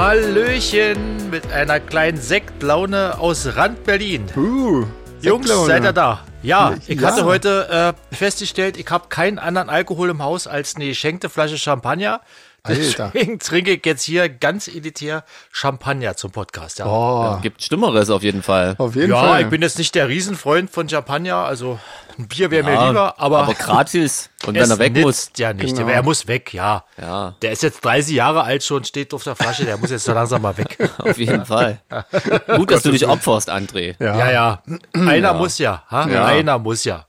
Hallöchen mit einer kleinen Sektlaune aus Rand Berlin. Uh, Jungs, Sektlaune. seid ihr da? Ja, Ja. ich hatte heute äh, festgestellt, ich habe keinen anderen Alkohol im Haus als eine geschenkte Flasche Champagner. Alter. Deswegen trinke ich jetzt hier ganz elitär Champagner zum Podcast. Ja, Oh, Gibt Schlimmeres auf jeden Fall. auf jeden ja Fall. ich bin jetzt nicht der Riesenfreund von Champagner, also ein Bier wäre mir Ja, lieber, aber, aber gratis. Und wenn es er weg muss. nützt ja nicht. Genau. Er muss weg, ja. Ja. Der ist jetzt 30 Jahre alt schon, steht auf der Flasche, der muss jetzt so langsam mal weg. Auf jeden Fall. Gut, dass du dich opferst, André. ja. Ja, ja. Einer muss ja, ha? Ja. Einer muss ja.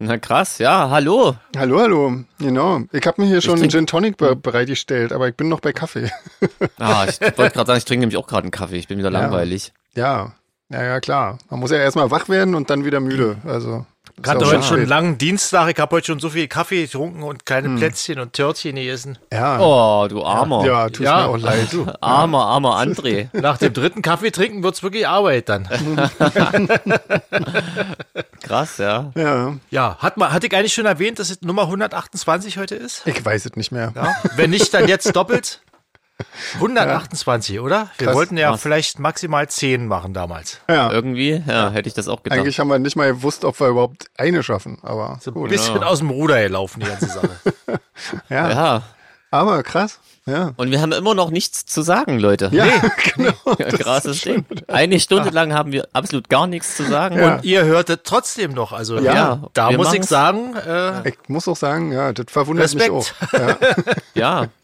Na krass, ja, hallo. Hallo, hallo. Genau. Ich habe mir hier schon einen trink- Gin Tonic be bereitgestellt, aber ich bin noch bei Kaffee. Ah, ich wollte gerade sagen, ich trinke nämlich auch gerade einen Kaffee. Ich bin wieder langweilig. ja. Ja, ja, klar. Man muss ja erstmal wach werden und dann wieder müde. Also. ist Ich hatte auch heute schon einen spät. langen Dienstag, ich habe heute schon so viel Kaffee getrunken und kleine Plätzchen und Törtchen gegessen. Ja. Oh, du armer, Ja, tut Ja. mir auch leid. armer, armer André. Nach dem dritten Kaffee trinken wird's wirklich Arbeit dann. Krass, ja. Ja. Ja, hat man, hatte ich eigentlich schon erwähnt, dass es Nummer 128 heute ist? Ich weiß es nicht mehr. Ja. Wenn nicht, dann jetzt doppelt. 128, oder? Wir Krass. wollten ja Krass. vielleicht maximal 10 machen damals. Ja. Irgendwie, ja, hätte ich das auch gedacht. Eigentlich haben wir nicht mal gewusst, ob wir überhaupt eine schaffen, aber So ein gut. bisschen aus dem Ruder gelaufen, die ganze Sache. Ja. Ja. Aber krass. Ja. Und wir haben immer noch nichts zu sagen, Leute. Ja, genau. Ja, krasses Ding. Eine Stunde lang haben wir absolut gar nichts zu sagen. Ah. Ja. Und Ihr hörtet trotzdem noch, also Ja, da wir muss ich machen's. sagen, äh, Ich muss auch sagen, ja, das verwundert Respekt. mich auch. Ja,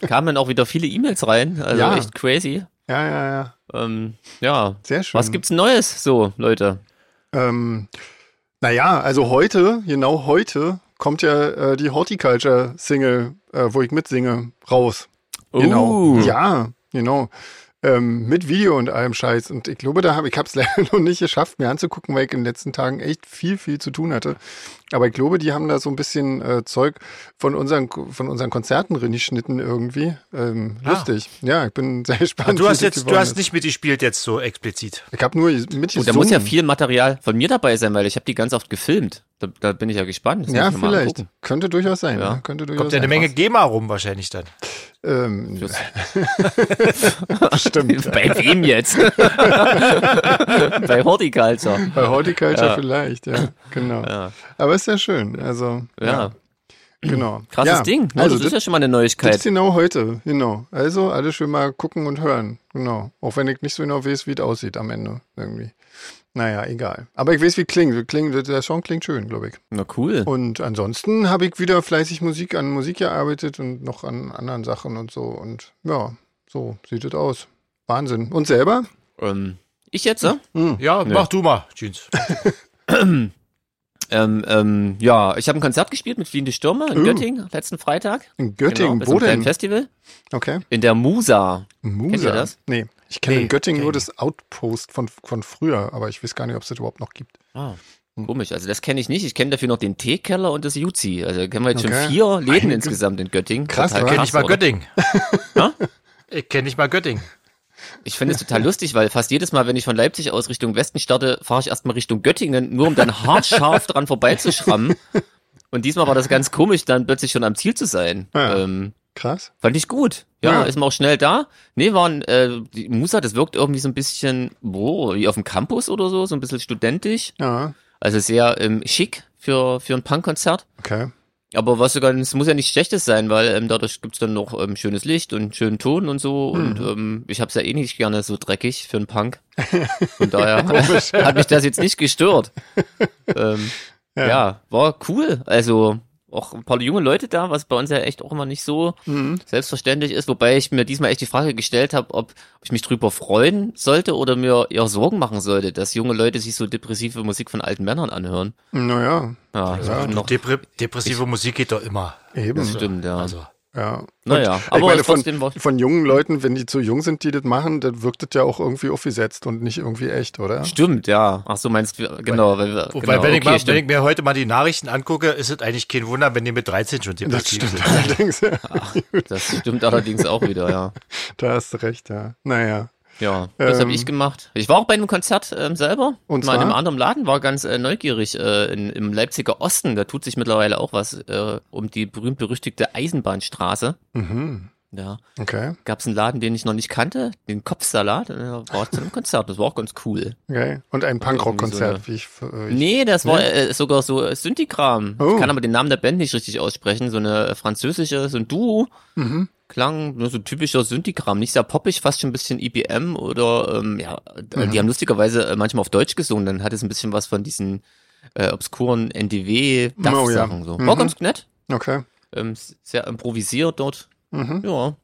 ja, kamen auch wieder viele E-Mails rein. Also Ja. echt crazy. ja, ja. ja. Ähm, ja. Sehr schön. Was gibt's Neues so, Leute? Ähm, naja, also heute, genau heute, kommt ja äh, die Horticulture-Single, äh, wo ich mitsinge, raus. Genau. Uh. Ja, genau. Ähm, mit Video und allem Scheiß. Und ich glaube, da habe ich es leider noch nicht geschafft, mir anzugucken, weil ich in den letzten Tagen echt viel, viel zu tun hatte. Aber ich glaube, die haben da so ein bisschen äh, Zeug von unseren, von unseren Konzerten drin geschnitten irgendwie. Ähm, Ah. Lustig. Ja, ich bin sehr gespannt. du wie hast das jetzt, du geworden hast ist. nicht mitgespielt jetzt so explizit. Ich habe nur mitgesungen. Und Oh, da muss ja viel Material von mir dabei sein, weil ich habe die ganz oft gefilmt. Da, da bin ich ja gespannt. Das Ja, muss ich mir mal vielleicht. angucken. Könnte durchaus sein. Ja. ne? Könnte durchaus Kommt ja eine sein. Menge GEMA rum wahrscheinlich dann. Ähm, Fürs- stimmt. Bei wem jetzt? Bei Horticulture. Bei Horticulture Ja. vielleicht, ja, genau. Ja. Aber ist ja schön. Also, Ja, genau. krasses ja. Ding. Ne? Also, das ist ja das, schon mal eine das ist Neuigkeit. genau heute, genau. Also, alle schön mal gucken und hören. Genau. Auch wenn ich nicht so genau weiß, wie es aussieht am Ende irgendwie. Naja, egal. Aber ich weiß, wie klingt. klingt. Der Song klingt schön, glaube ich. Na cool. Und ansonsten habe ich wieder fleißig Musik an Musik gearbeitet und noch an anderen Sachen und so. Und ja, so sieht es aus. Wahnsinn. Und selber? Hm. Ähm, ich jetzt, ne? Ja, mach du mal, Jeans. Ähm, ähm, ja, ich habe ein Konzert gespielt mit Fliehende Stürme in Oh. Göttingen letzten Freitag. In Genau, Göttingen, bei so wo einem kleinen denn? Festival. Okay. In der Musa. Musa. Kennt ihr das? Nee, ich kenne Nee, in Göttingen kenn nur ich das Outpost von, von früher, aber ich weiß gar nicht, ob es das überhaupt noch gibt. Ah, komisch. Also das kenne ich nicht. Ich kenne dafür noch den Teekeller und das Juzi. Also kennen wir jetzt Okay. schon vier Läden Meine insgesamt in Göttingen. Krass, Total oder? Kenn ich mal oder? Göttingen. Ja? Ich kenn nicht mal Göttingen. Ich finde es total lustig, weil fast jedes Mal, wenn ich von Leipzig aus Richtung Westen starte, fahre ich erstmal Richtung Göttingen, nur um dann haarscharf dran vorbeizuschrammen. Und diesmal war das ganz komisch, dann plötzlich schon am Ziel zu sein. Ja. Ähm, Krass. fand ich gut. Ja, Ja. ist man auch schnell da. Nee, waren, äh, die Musa, das wirkt irgendwie so ein bisschen, boah, wie auf dem Campus oder so, so ein bisschen studentisch. Ja, Also sehr ähm, schick für, für ein Punkkonzert. okay. Aber was sogar, es muss ja nichts Schlechtes sein, weil ähm, dadurch gibt's dann noch ähm, schönes Licht und schönen Ton und so. Und Mhm. ähm, ich hab's ja eh nicht gerne so dreckig für einen Punk. Von daher hat mich das jetzt nicht gestört. ähm, Ja. ja. war cool. Also auch ein paar junge Leute da, was bei uns ja echt auch immer nicht so Mhm. selbstverständlich ist. Wobei ich mir diesmal echt die Frage gestellt habe, ob ich mich drüber freuen sollte oder mir eher Sorgen machen sollte, dass junge Leute sich so depressive Musik von alten Männern anhören. Naja, Ja, ich bin noch, Depre depressive Musik geht doch immer. das eben. stimmt, ja. Also, Ja. Naja, Ich aber meine, trotzdem von, war von jungen Leuten, wenn die zu jung sind, die das machen, dann wirkt das ja auch irgendwie aufgesetzt und nicht irgendwie echt, oder? Stimmt, ja. Ach so, meinst du, genau. Weil, wir- wobei, genau, wenn, ich okay, mal, wenn ich stimmt. mir heute mal die Nachrichten angucke, ist es eigentlich kein Wunder, wenn die mit 13 schon Das depressiv stimmt sind. allerdings. Ja. Das stimmt allerdings auch wieder, ja. Da hast du recht, ja. Naja. Ja, das Ähm. habe ich gemacht. Ich war auch bei einem Konzert ähm, selber. Und mal in zwar? einem anderen Laden, war ganz äh, neugierig. Äh, in, Im Leipziger Osten, da tut sich mittlerweile auch was äh, um die berühmt-berüchtigte Eisenbahnstraße. Mhm. Ja. Okay, Gab es einen Laden, den ich noch nicht kannte, den Kopfsalat, und da war ich zu einem Konzert, das war auch ganz cool. okay. Und ein Punkrock-Konzert, wie ich. Äh, ich Nee, das war äh, sogar so äh, Synthikram. Oh. Ich kann aber den Namen der Band nicht richtig aussprechen, so eine äh, französische, so ein Duo. mhm. klang nur so typischer Synthikram, nicht sehr poppig, fast schon ein bisschen IBM oder ähm, ja, Mhm. äh, die haben lustigerweise äh, manchmal auf Deutsch gesungen, dann hat es ein bisschen was von diesen äh, obskuren ndw Oh, ja. sachen so. War Mhm. ganz nett, Okay. ähm, s- sehr improvisiert dort. Mhm. Ja.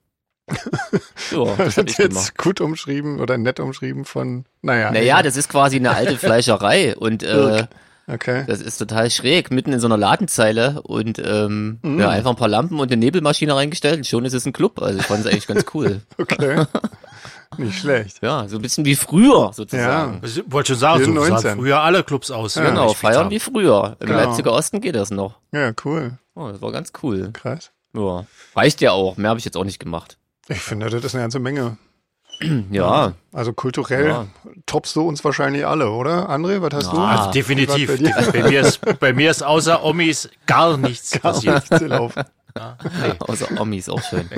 ja, Das das hab hat ich gemacht. jetzt gut umschrieben oder nett umschrieben von. Naja. Naja, das ist quasi eine alte Fleischerei und äh, Okay. das ist total schräg, mitten in so einer Ladenzeile und ähm, Mhm. ja, einfach ein paar Lampen und eine Nebelmaschine reingestellt und schon ist es ein Club. Also ich fand es eigentlich ganz cool. Okay. Nicht schlecht. Ja, so ein bisschen wie früher sozusagen. Ich Also, wollte schon sagen, Wir so sind 19. sahen früher alle Clubs aus. Ja. Genau, Ich find's feiern ab. wie früher. Im Genau. Leipziger Osten geht das noch. Ja, cool. Oh, das war ganz cool. Krass. Ja. Reicht ja auch. Mehr habe ich jetzt auch nicht gemacht. Ich finde, das ist eine ganze Menge. Ja. Also kulturell Ja. toppst du uns wahrscheinlich alle, oder? André, was hast Na, du? Ah. Also definitiv. Bei dir? Bei, mir ist, bei mir ist außer Omis gar nichts passiert. Nichts gelaufen. Ja, nee. Außer Omi ist auch schön.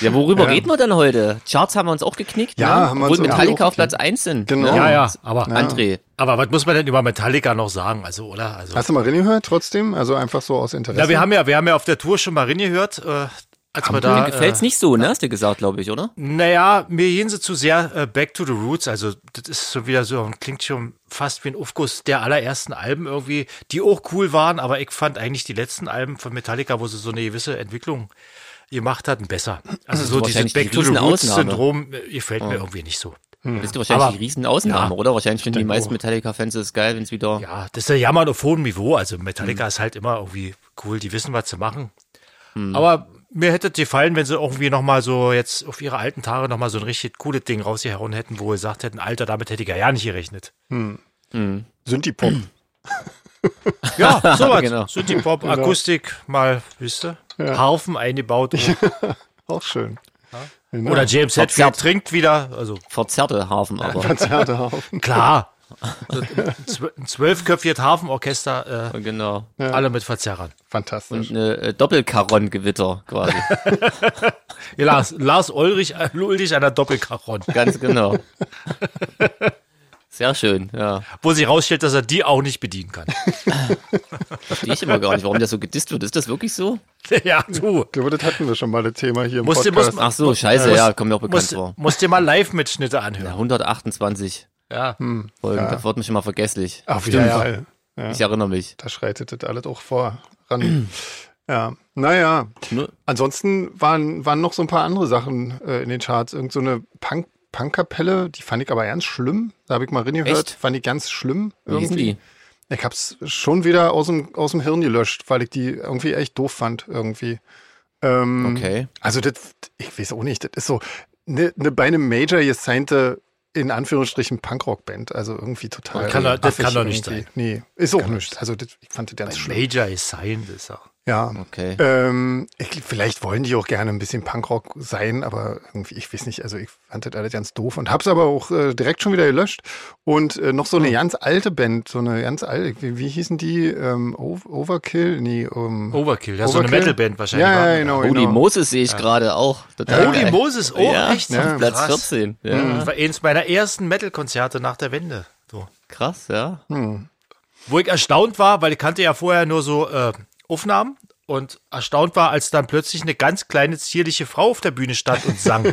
ja, worüber Ja. reden wir denn heute? Charts haben wir uns auch geknickt. Ja, ne? haben wir uns Obwohl auch Metallica auf geknickt. Platz 1 sind. Genau. Ne? ja, ja aber, Ja. André. aber was muss man denn über Metallica noch sagen? Also, oder? Also, Hast du mal reingehört trotzdem? Also einfach so aus Interesse. na, wir haben ja, wir haben ja auf der Tour schon mal reingehört, äh, als wir da. äh, Dir gefällt's nicht so, ne? Hast du gesagt, glaube ich, oder? Naja, mir gehen sie zu sehr äh, back to the roots. Also, das ist so wieder so, klingt schon fast wie ein Aufguss der allerersten Alben irgendwie, die auch cool waren, aber ich fand eigentlich die letzten Alben von Metallica, wo sie so eine gewisse Entwicklung gemacht hatten, besser. Also, so dieses Wahrscheinlich die Back to the Riesenausnahme. Roots-Syndrom äh, gefällt mir irgendwie nicht so. Das ist wahrscheinlich Aber- die Riesenausnahme, oder? Wahrscheinlich finden die denke meisten auch. Metallica-Fans es geil, wenn es wieder. Ja, das ist ja jammern auf hohem Niveau. Also Metallica ist halt immer irgendwie cool, die wissen, was zu machen. Aber mir hätte es gefallen, wenn sie irgendwie nochmal so jetzt auf ihre alten Tage nochmal so ein richtig cooles Ding rausgehauen hätten, wo sie gesagt hätten, Alter, damit hätte ich ja ja nicht gerechnet. Sind die Pop. Ja, sowas. Genau. genau. City Pop, Akustik, mal, wisst ihr, Harfen eingebaut. Auch schön. Genau. Oder James Hetfield Konzert. trinkt wieder. Also Verzerrte Hafen aber. Konzerte auf. klar. So Ein zwölfköpfiges Hafenorchester, äh, genau. alle mit Verzerrern. Fantastisch. Und eine äh, Doppelkaron-Gewitter quasi. Ja, Lars, Lars Ulrich, äh, Ulrich an der Doppelkachon. Ganz genau. Sehr schön, ja. wo sich rausstellt, dass er die auch nicht bedienen kann. Verstehe ich immer gar nicht, warum das so gedisst wird. Ist das wirklich so? ja, du. Ich glaube, das hatten wir schon mal, das Thema hier im Musst du- Podcast. musst- Ach so, Oh, scheiße, Also, ja, kommt mir auch bekannt Musst, vor. musst dir mal Live-Mitschnitte Ja, anhören. 128 Ja. Hm. Folgen, da wird mich schon mal vergesslich. Auf jeden ja. Fall. Ich erinnere mich. Da schreitet das alles auch voran. ja, naja. Ne? Ansonsten waren, waren noch so ein paar andere Sachen äh, in den Charts. Irgend so eine Punk Punkkapelle, die fand ich aber ganz schlimm. Da habe ich mal reingehört, Echt? fand ich ganz schlimm. Wie hießen die? Ich hab's schon wieder aus dem, aus dem Hirn gelöscht, weil ich die irgendwie echt doof fand, irgendwie. Mhm. Ähm, Okay. Also, das, ich weiß auch nicht, das ist so eine ne, bei einem Major gesignte, in Anführungsstrichen, Punkrock-Band. Also irgendwie total. Kann doch- das affig kann doch nicht irgendwie. Nee, ist auch nicht. Also, das, ich fand das ganz schlimm. Major Hm. ist sein, das ist auch. Ja. Okay. Äh, Ähm, ich, vielleicht wollen die auch gerne ein bisschen Punkrock sein, aber irgendwie, ich weiß nicht, also ich fand das alles ganz doof und hab's aber auch äh, direkt schon wieder gelöscht. Und äh, noch so eine ganz alte Band, so eine ganz alte, wie, wie hießen die? Ähm, O- Overkill? Nee, ähm, Overkill, das ist so eine Overkill? Metalband wahrscheinlich. Ja, ja, war. genau, Rudi genau. Moses sehe ich gerade auch. Total Rudi geil. Moses, oh, ja, echt? Ja. Auf Platz Krass. Mhm. 14. Ja. Hm. Das war eins meiner ersten Metal-Konzerte nach der Wende. So. Krass, ja. Wo ich erstaunt war, weil ich kannte ja vorher nur so äh, Aufnahmen und erstaunt war, als dann plötzlich eine ganz kleine, zierliche Frau auf der Bühne stand und sang.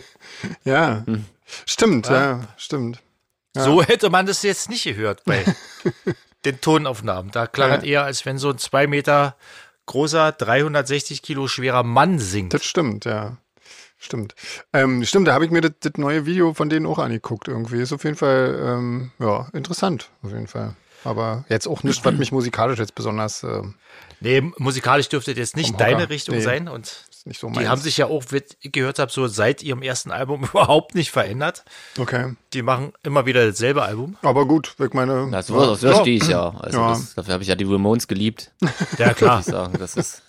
Ja. Hm. Stimmt, ja, stimmt. So hätte man das jetzt nicht gehört bei den Tonaufnahmen. Da klang Ja. es eher, als wenn so ein zwei Meter großer, 360 Kilo schwerer Mann singt. Das stimmt, ja. Stimmt. Ähm, stimmt, da habe ich mir das, das neue Video von denen auch angeguckt irgendwie. Ist auf jeden Fall, ähm, ja, interessant, auf jeden Fall. Aber jetzt auch nicht, was mich musikalisch jetzt besonders ähm, Nee, musikalisch dürfte das jetzt Vom nicht Hocker. deine Richtung Nee. sein. Und nicht so die meins. haben sich ja auch, wie ich gehört habe, so seit ihrem ersten Album überhaupt nicht verändert. Okay. Die machen immer wieder dasselbe Album. Aber gut, ich meine. Na, sowas, das verstehe ich ja. Also Ja. Das, dafür habe ich ja die Ramones geliebt. Ja, klar. muss ich sagen. Das ist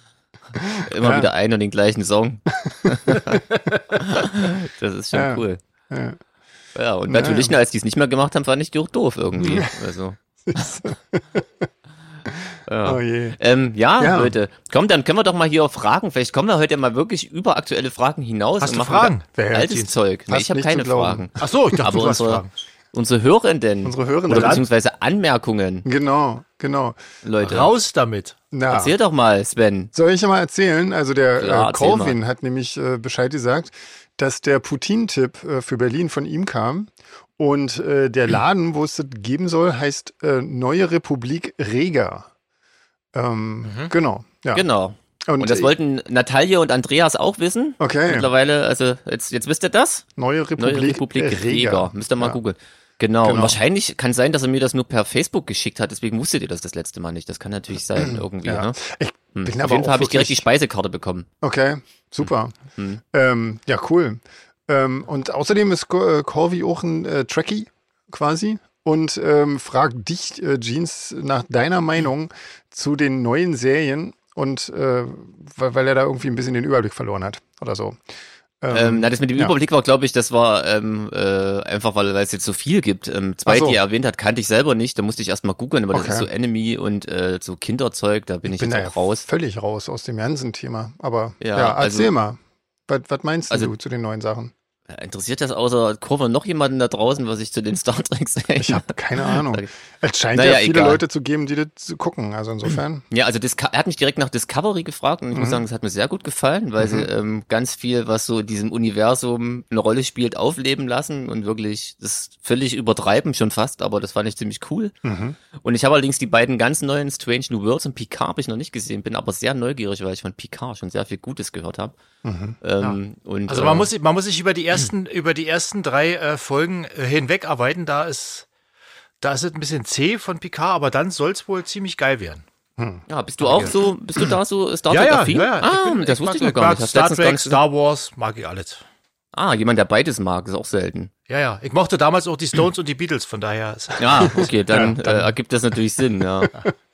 immer Ja. wieder ein und den gleichen Song. das ist schon Ja. cool. Ja. Ja, und natürlich, als die es nicht mehr gemacht haben, fand ich die auch doof irgendwie. Also. Ja. Oh je. Ähm, ja, Ja. Leute, komm, dann können wir doch mal hier auf Fragen. Vielleicht kommen wir heute mal wirklich über aktuelle Fragen hinaus. Hast du und machen wieder Fragen? Wer Altes jetzt? Zeug. Nee, Fast ich habe nicht zu keine glauben. Fragen. Ach so, ich dachte, Aber du hast unsere, Fragen. unsere Hörenden. Unsere Hörenden. Oder beziehungsweise Anmerkungen, Genau, genau. Leute. Raus damit. Na. Erzähl doch mal, Sven. Soll ich mal erzählen? Also der äh, Klar, erzähl Corwin hat nämlich äh, Bescheid gesagt, dass der Putin-Tipp äh, für Berlin von ihm kam. Und äh, der Laden, wo es das geben soll, heißt äh, Neue Republik Rega. Ähm, Genau. Ja. Mhm. Genau. Und das äh, wollten Natalia und Andreas auch wissen. Okay. Mittlerweile, also jetzt, jetzt wisst ihr das. Neue Republik, Neue Republik Rega. Müsst ihr mal Ja. googeln. Genau. Genau. Und wahrscheinlich kann sein, dass er mir das nur per Facebook geschickt hat. Deswegen wusstet ihr das das letzte Mal nicht. Das kann natürlich sein, irgendwie. Ja. Ne? Ich Hm. bin Auf aber jeden auch Fall habe ich direkt die wirklich- Speisekarte bekommen. Okay, super. Hm. Ähm, ja, cool. Ähm, und außerdem ist Co- äh, Corvi auch ein äh, Trekkie quasi und ähm, fragt dich, äh, Jeans, nach deiner Meinung zu den neuen Serien und äh, weil, weil er da irgendwie ein bisschen den Überblick verloren hat oder so. Ähm, na, das mit dem ja. Überblick war, glaube ich, das war ähm, äh, einfach, weil weil es jetzt so viel gibt. Ähm, zwei, Ach so. die er erwähnt hat, kannte ich selber nicht. Da musste ich erst mal googeln, aber Okay. das ist so Enemy und äh, so Kinderzeug. Da bin ich, bin da jetzt ja auch raus. völlig raus aus dem ganzen Thema. Aber ja, Ja, erzähl also- mal. Was, was meinst denn Also- du zu den neuen Sachen? Äh, Interessiert das außer Kurve noch jemanden da draußen, was ich zu den Star Trek sage? Ich habe keine Ahnung. Sag ich- Es scheint Naja, ja viele egal. Leute zu geben, die das gucken. Also insofern. Ja, also Disco er hat mich direkt nach Discovery gefragt und ich muss Mhm. sagen, das hat mir sehr gut gefallen, weil sie ähm, ganz viel, was so in diesem Universum eine Rolle spielt, aufleben lassen und wirklich das völlig übertreiben schon fast, aber das fand ich ziemlich cool. Mhm. Und ich habe allerdings die beiden ganz neuen Strange New Worlds und Picard habe ich noch nicht gesehen, bin aber sehr neugierig, weil ich von Picard schon sehr viel Gutes gehört habe. Ähm, und, Mhm. Also man ähm, muss, man muss sich über die ersten, über die ersten drei äh, Folgen äh, hinweg arbeiten. Da ist, da ist es ein bisschen zäh von Picard, aber dann soll es wohl ziemlich geil werden. ja, bist du auch so, bist du da so Star Trek affin? Ah, bin- das wusste ich mag- noch gar mag nicht. Hast Star letztens gar Trek, nicht- Star Wars, mag ich alles. Ah, jemand, der beides mag, ist auch selten. Ja, ja. Ich mochte damals auch die Stones und die Beatles, von daher ist- hab Ja, okay, dann, äh, ergibt das natürlich Sinn, ja.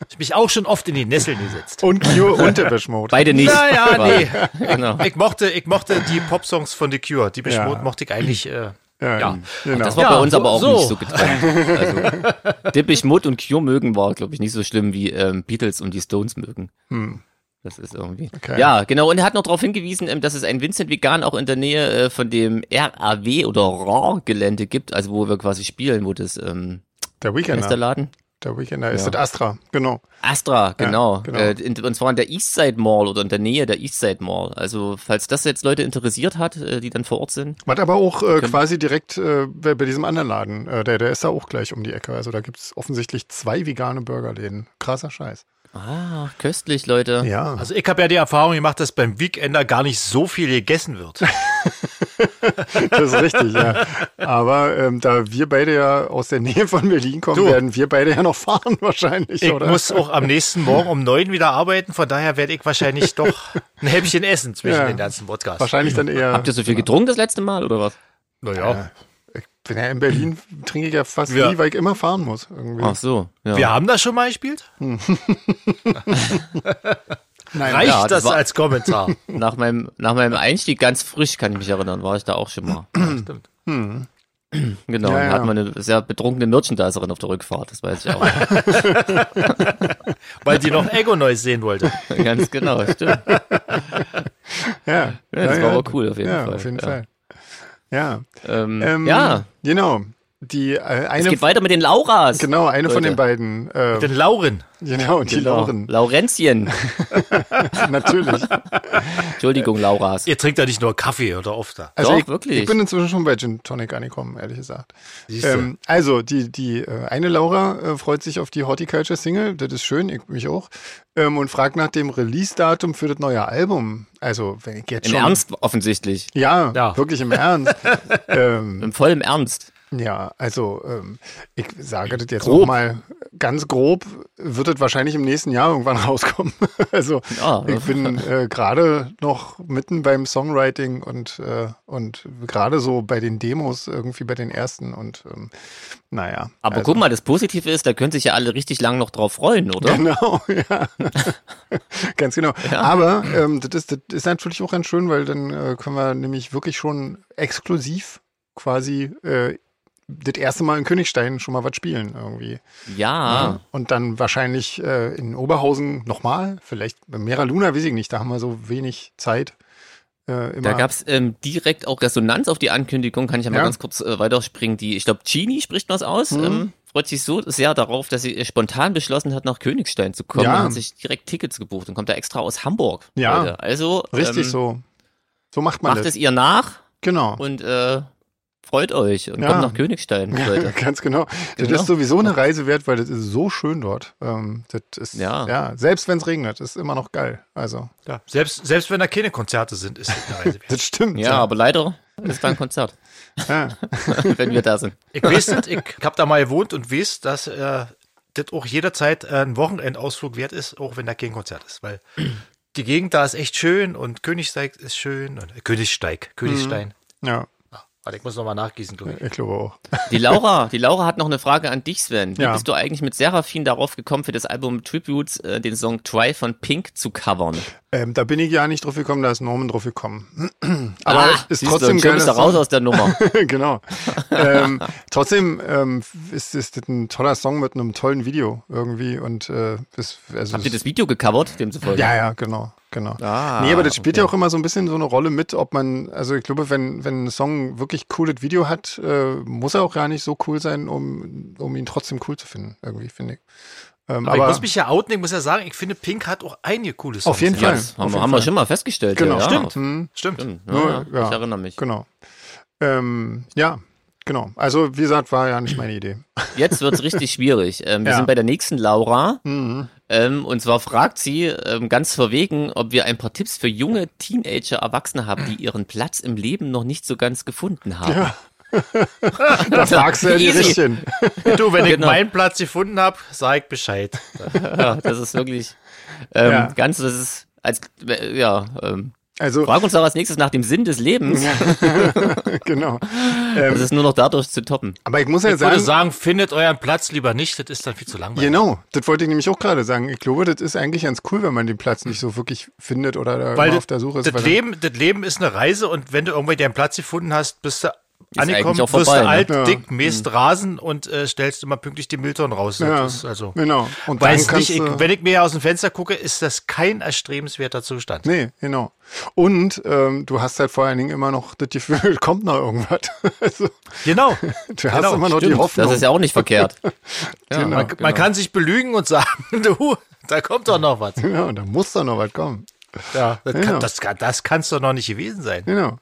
ich mich auch schon oft in die Nesseln gesetzt. Und Kyo und Depeche Mode. Beide nicht. Naja, nee. Genau. Ich mochte, ich mochte die Popsongs von The Cure. Die Ja. ja. mochte ich eigentlich. Äh, Ja, ja. genau. Das war Ja, bei uns so- aber auch so. nicht so getrennt. Also, Dippich Mutt und Cure mögen war, glaube ich, nicht so schlimm wie ähm, Beatles und die Stones mögen. Das ist irgendwie. Okay. Ja, genau. Und er hat noch darauf hingewiesen, ähm, dass es ein Vincent Vegan auch in der Nähe äh, von dem RAW oder RAW-Gelände gibt, also wo wir quasi spielen, wo das ähm, Der genau. ist der Weekender. Laden? Der Weekender ist Ja. das Astra, genau. Astra, genau. genau. Äh, in, und zwar in der Eastside Mall oder in der Nähe der Eastside Mall. Also, falls das jetzt Leute interessiert hat, äh, die dann vor Ort sind, Was aber auch äh, Genau. quasi direkt äh, bei, bei diesem anderen Laden, äh, der, der ist da auch gleich um die Ecke. Also da gibt es offensichtlich zwei vegane Burgerläden. Krasser Scheiß. Ah, köstlich, Leute. Ja. also ich habe ja die Erfahrung gemacht, dass beim Weekender gar nicht so viel gegessen wird. Das ist richtig, ja. Aber ähm, da wir beide ja aus der Nähe von Berlin kommen, Du. werden wir beide ja noch fahren wahrscheinlich, Ich oder? muss auch am nächsten Morgen um neun wieder arbeiten, von daher werde ich wahrscheinlich doch ein Häppchen essen zwischen Ja. den ganzen Podcasts. wahrscheinlich dann eher. Habt ihr so viel getrunken das letzte Mal oder was? Naja. ich bin ja in Berlin, trinke ich ja fast Ja. nie, weil ich immer fahren muss. Irgendwie. Ach so. Ja. Wir haben das schon mal gespielt? Nein, Reicht Ja, das das war- als Kommentar? Nach meinem, nach meinem Einstieg ganz frisch, kann ich mich erinnern, war ich da auch schon mal. Stimmt. Genau, Ja, ja. da hatten wir eine sehr betrunkene Merchandiserin auf der Rückfahrt, das weiß ich auch. Weil die noch Ego Noise sehen wollte. ganz genau, stimmt. Ja. Ja, ja, das war ja. aber cool auf jeden ja, Fall. Auf jeden Ja. Fall. Ja. Ähm, Ähm, ja, Genau. Die äh, es eine geht weiter mit den Lauras. Genau, eine von Leute. den beiden. Äh, Denn Lauren, genau, die Genau. Lauren. Laurentien. Natürlich. Entschuldigung, Lauras. ihr trinkt ja nicht nur Kaffee oder oft da. Also Doch, ich, wirklich. Ich bin inzwischen schon bei Gin Tonic angekommen, ehrlich gesagt. Siehste. Ähm, also, die, die äh, eine Laura äh, freut sich auf die Horticulture Single, das ist schön, ich mich auch, ähm, und fragt nach dem Release-Datum für das neue Album. Also, wenn ich jetzt Im schon. Ernst offensichtlich. Ja, Ja. wirklich im Ernst. ähm, Im vollen Ernst. ja, also ähm, ich sage das jetzt Grob. auch mal ganz grob, wird es wahrscheinlich im nächsten Jahr irgendwann rauskommen. also Ja. ich bin äh, gerade noch mitten beim Songwriting und, äh, und gerade so bei den Demos, irgendwie bei den ersten und ähm, naja. Aber also, guck mal, das Positive ist, da können sich ja alle richtig lang noch drauf freuen, oder? Genau, ja. Ganz genau. Aber ähm, das, ist, das ist natürlich auch ganz schön, weil dann äh, können wir nämlich wirklich schon exklusiv quasi äh, das erste Mal in Königstein schon mal was spielen irgendwie. Ja, Und dann wahrscheinlich äh, in Oberhausen nochmal, vielleicht bei Mera Luna, weiß ich nicht, da haben wir so wenig Zeit. Äh, immer. da gab's ähm, direkt auch Resonanz auf die Ankündigung, kann ich ja mal Ja. Mhm. ganz kurz äh, weiterspringen. Die, ich glaube, Chini spricht was aus, ähm, freut sich so sehr darauf, dass sie äh, spontan beschlossen hat, nach Königstein zu kommen Ja. und hat sich direkt Tickets gebucht und kommt da extra aus Hamburg. Ja. Leute. Also Richtig ähm, so. So macht man macht das. es ihr nach Genau. und äh, freut euch und Ja. kommt nach Königstein, Leute. Ganz genau. Das Genau. ist sowieso eine Reise wert, weil das ist so schön dort. Ähm, das ist, ja. Ja. selbst wenn es regnet, ist immer noch geil. Also, Ja, selbst, selbst wenn da keine Konzerte sind, ist es eine Reise wert. das stimmt. Ja, aber leider ist da ein Konzert, Ja. wenn wir da sind. Ich weiß das, ich hab da mal gewohnt und weiß, dass äh, das auch jederzeit äh, ein Wochenendausflug wert ist, auch wenn da kein Konzert ist, weil die Gegend da ist echt schön und Königsteig ist schön und äh, Königsteig, Königstein. ja, Warte, ich muss nochmal nachgießen, glaube ich. ich glaube auch. Die Laura, die Laura hat noch eine Frage an dich, Sven. Wie Ja. bist du eigentlich mit Seraphin darauf gekommen, für das Album Tributes äh, den Song Try von Pink zu covern? Ähm, da bin ich ja nicht drauf gekommen, da ist Norman drauf gekommen. Aber ist siehst du, trotzdem und schon geil. Ah, bist du raus aus der Nummer. genau. ähm, trotzdem ähm, ist, ist das ein toller Song mit einem tollen Video irgendwie und äh, ist, also Habt ihr ist- das Video gecovert, demzufolge? Ja, ja, genau, genau. Ah, nee, aber das spielt ja okay. auch immer so ein bisschen so eine Rolle mit, ob man, also ich glaube, wenn, wenn ein Song wirklich cooles Video hat, äh, muss er auch gar nicht so cool sein, um, um ihn trotzdem cool zu finden, irgendwie, finde ich. Ähm, Aber, ich muss mich ja outen, ich muss ja sagen, ich finde, Pink hat auch einige coole Songs. Auf jeden Ja, Fall. das Auf haben, jeden wir- haben wir Fall. schon mal festgestellt. genau, ja, stimmt. Ja. Hm, Stimmt. Stimmt. Nur, Ja, ja, ja. Ich erinnere mich. genau. Ähm, ja, genau. Also, wie gesagt, war ja nicht meine Idee. Jetzt wird's richtig schwierig. Ähm, wir Ja. sind bei der nächsten Laura. Mhm. Ähm, und zwar fragt sie ähm, ganz verwegen, ob wir ein paar Tipps für junge Teenager, Erwachsene haben, die ihren Platz im Leben noch nicht so ganz gefunden haben. Ja. Da fragst du ja die Easy. Richtigen. Du, wenn ich Genau. meinen Platz gefunden habe, sag ich Bescheid. Ja, das ist wirklich ähm, Ja. ganz, das ist als äh, ja, ähm, Also, frag uns doch als nächstes nach dem Sinn des Lebens. genau. Das ist nur noch dadurch zu toppen. Aber ich muss ja Ich würde sagen, sagen, findet euren Platz lieber nicht, das ist dann viel zu langweilig. Genau, das wollte ich nämlich auch gerade sagen. Ich glaube, das ist eigentlich ganz cool, wenn man den Platz nicht so wirklich findet oder da Weil immer das, auf der Suche ist. das, weil dann- Leben, das Leben ist eine Reise und wenn du irgendwie deinen Platz gefunden hast, bist du angekommen, eigentlich auch wirst vorbei, du ne? alt, Ja. dick, mähst Rasen und äh, stellst immer pünktlich die Mülltonnen raus. Ja, Das ist also, genau. Und dann weiß kannst nicht, ich, du- wenn ich mir aus dem Fenster gucke, ist das kein erstrebenswerter Zustand. Nee, genau. Und ähm, du hast halt vor allen Dingen immer noch das Gefühl, kommt noch irgendwas. Also, Genau. du hast Genau, immer noch die stimmt. Hoffnung. Das ist ja auch nicht verkehrt. Ja, Genau. man, man kann sich belügen und sagen, du, da kommt doch noch was. ja, und da muss doch noch was kommen. Ja, das, Ja. kann, das, kann, das kann's doch noch nicht gewesen sein. Genau.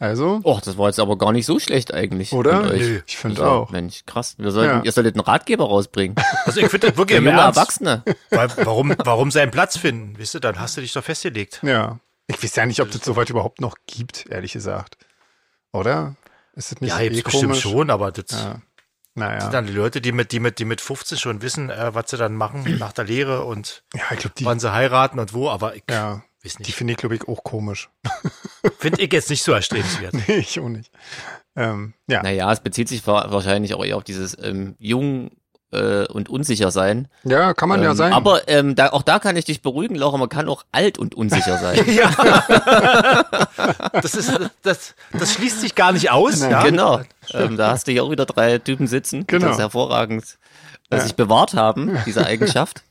Also, Och, das war jetzt aber gar nicht so schlecht eigentlich. Oder? von euch. Nö, ich find Also, auch. Mensch, krass. Wir sollten, Ja. Ihr solltet einen Ratgeber rausbringen. Also ich finde das Für wirklich im junge Ernst. Erwachsene. Weil, warum, warum seinen Platz finden? Wisst ihr, dann hast du dich doch festgelegt. ja. Ich weiß ja nicht, ob das so weit überhaupt noch gibt, ehrlich gesagt. Oder? Ist das nicht Ja, eh gibt's komisch? bestimmt schon, aber das Ja. Naja. sind dann die Leute, die mit, die mit, die mit 15 schon wissen, äh, was sie dann machen nach der Lehre und ja, ich glaube, die, wann sie heiraten und wo, aber ich ja, weiß die nicht. finde ich, glaube ich, auch komisch. Finde ich jetzt nicht so erstrebenswert. Nee, ich auch nicht. Ähm, ja, Naja, es bezieht sich wa- wahrscheinlich auch eher auf dieses ähm, jung äh, und unsicher sein. ja, kann man ja ähm, sein. Aber ähm, da, auch da kann ich dich beruhigen, Laura, man kann auch alt und unsicher sein. ja. Das, ist, das, das schließt sich gar nicht aus. Ja? Genau. Ähm, da hast du hier auch wieder drei Typen sitzen, die Genau. das hervorragend äh, sich bewahrt haben, diese Eigenschaft.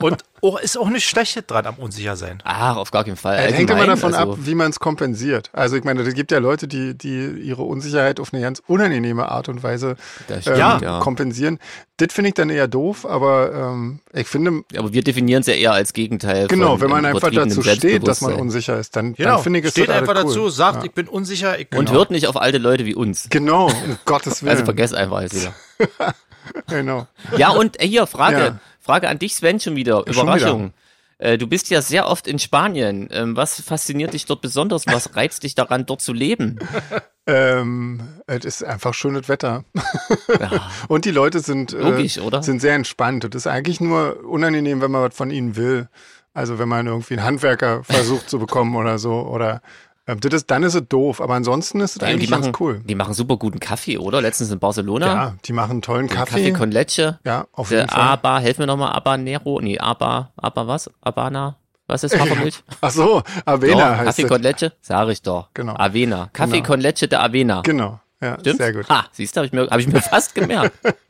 Und auch, ist auch nicht schlecht dran am Unsichersein. Ach, auf gar keinen Fall. Es Äh, hängt Allgemein, immer davon also, ab, wie man es kompensiert. Also ich meine, es gibt ja Leute, die, die ihre Unsicherheit auf eine ganz unangenehme Art und Weise Das ähm, stimmt, ja. kompensieren. Das finde ich dann eher doof, aber ähm, ich finde, Aber wir definieren es ja eher als Gegenteil. genau, von, wenn man ähm, einfach dazu übertriebenem steht, dass man Selbstbewusstsein. unsicher ist, dann, Genau. dann finde ich es Steht total einfach cool. dazu, sagt, ja. ich bin unsicher. Ich, Und hört nicht auf alte Leute wie uns. Genau, um Gottes Willen. Also vergesst einfach alles wieder. Genau. Ja, und äh, hier, Frage. Ja. Frage an dich, Sven, schon wieder. schon Überraschung. Äh, Du bist ja sehr oft in Spanien. Ähm, Was fasziniert dich dort besonders? Was reizt dich daran, dort zu leben? Ähm, es ist einfach schönes Wetter. Ja, Und die Leute sind, Logisch, äh, oder? sind sehr entspannt. Das ist eigentlich nur unangenehm, wenn man was von ihnen will. Also wenn man irgendwie einen Handwerker versucht zu bekommen oder so. Oder ähm, das ist, dann ist es doof. Aber ansonsten ist es die, eigentlich machen, ganz cool. die machen super guten Kaffee, oder? Letztens in Barcelona. Ja, die machen einen tollen Kaffee. Kaffee con leche. ja, auf jeden Der Fall. Aba, helf mir nochmal, Abanero, nee, Aba, Aba was? Abana, was ist Hafermilch? Ach so, Avena Doch, heißt Kaffee es. con leche, sag ich doch. Genau. Avena, Kaffee Genau. con leche der Avena. Genau. Ja, Stimmt's? sehr gut. Ha, siehst du, habe ich, mir- hab ich mir fast gemerkt.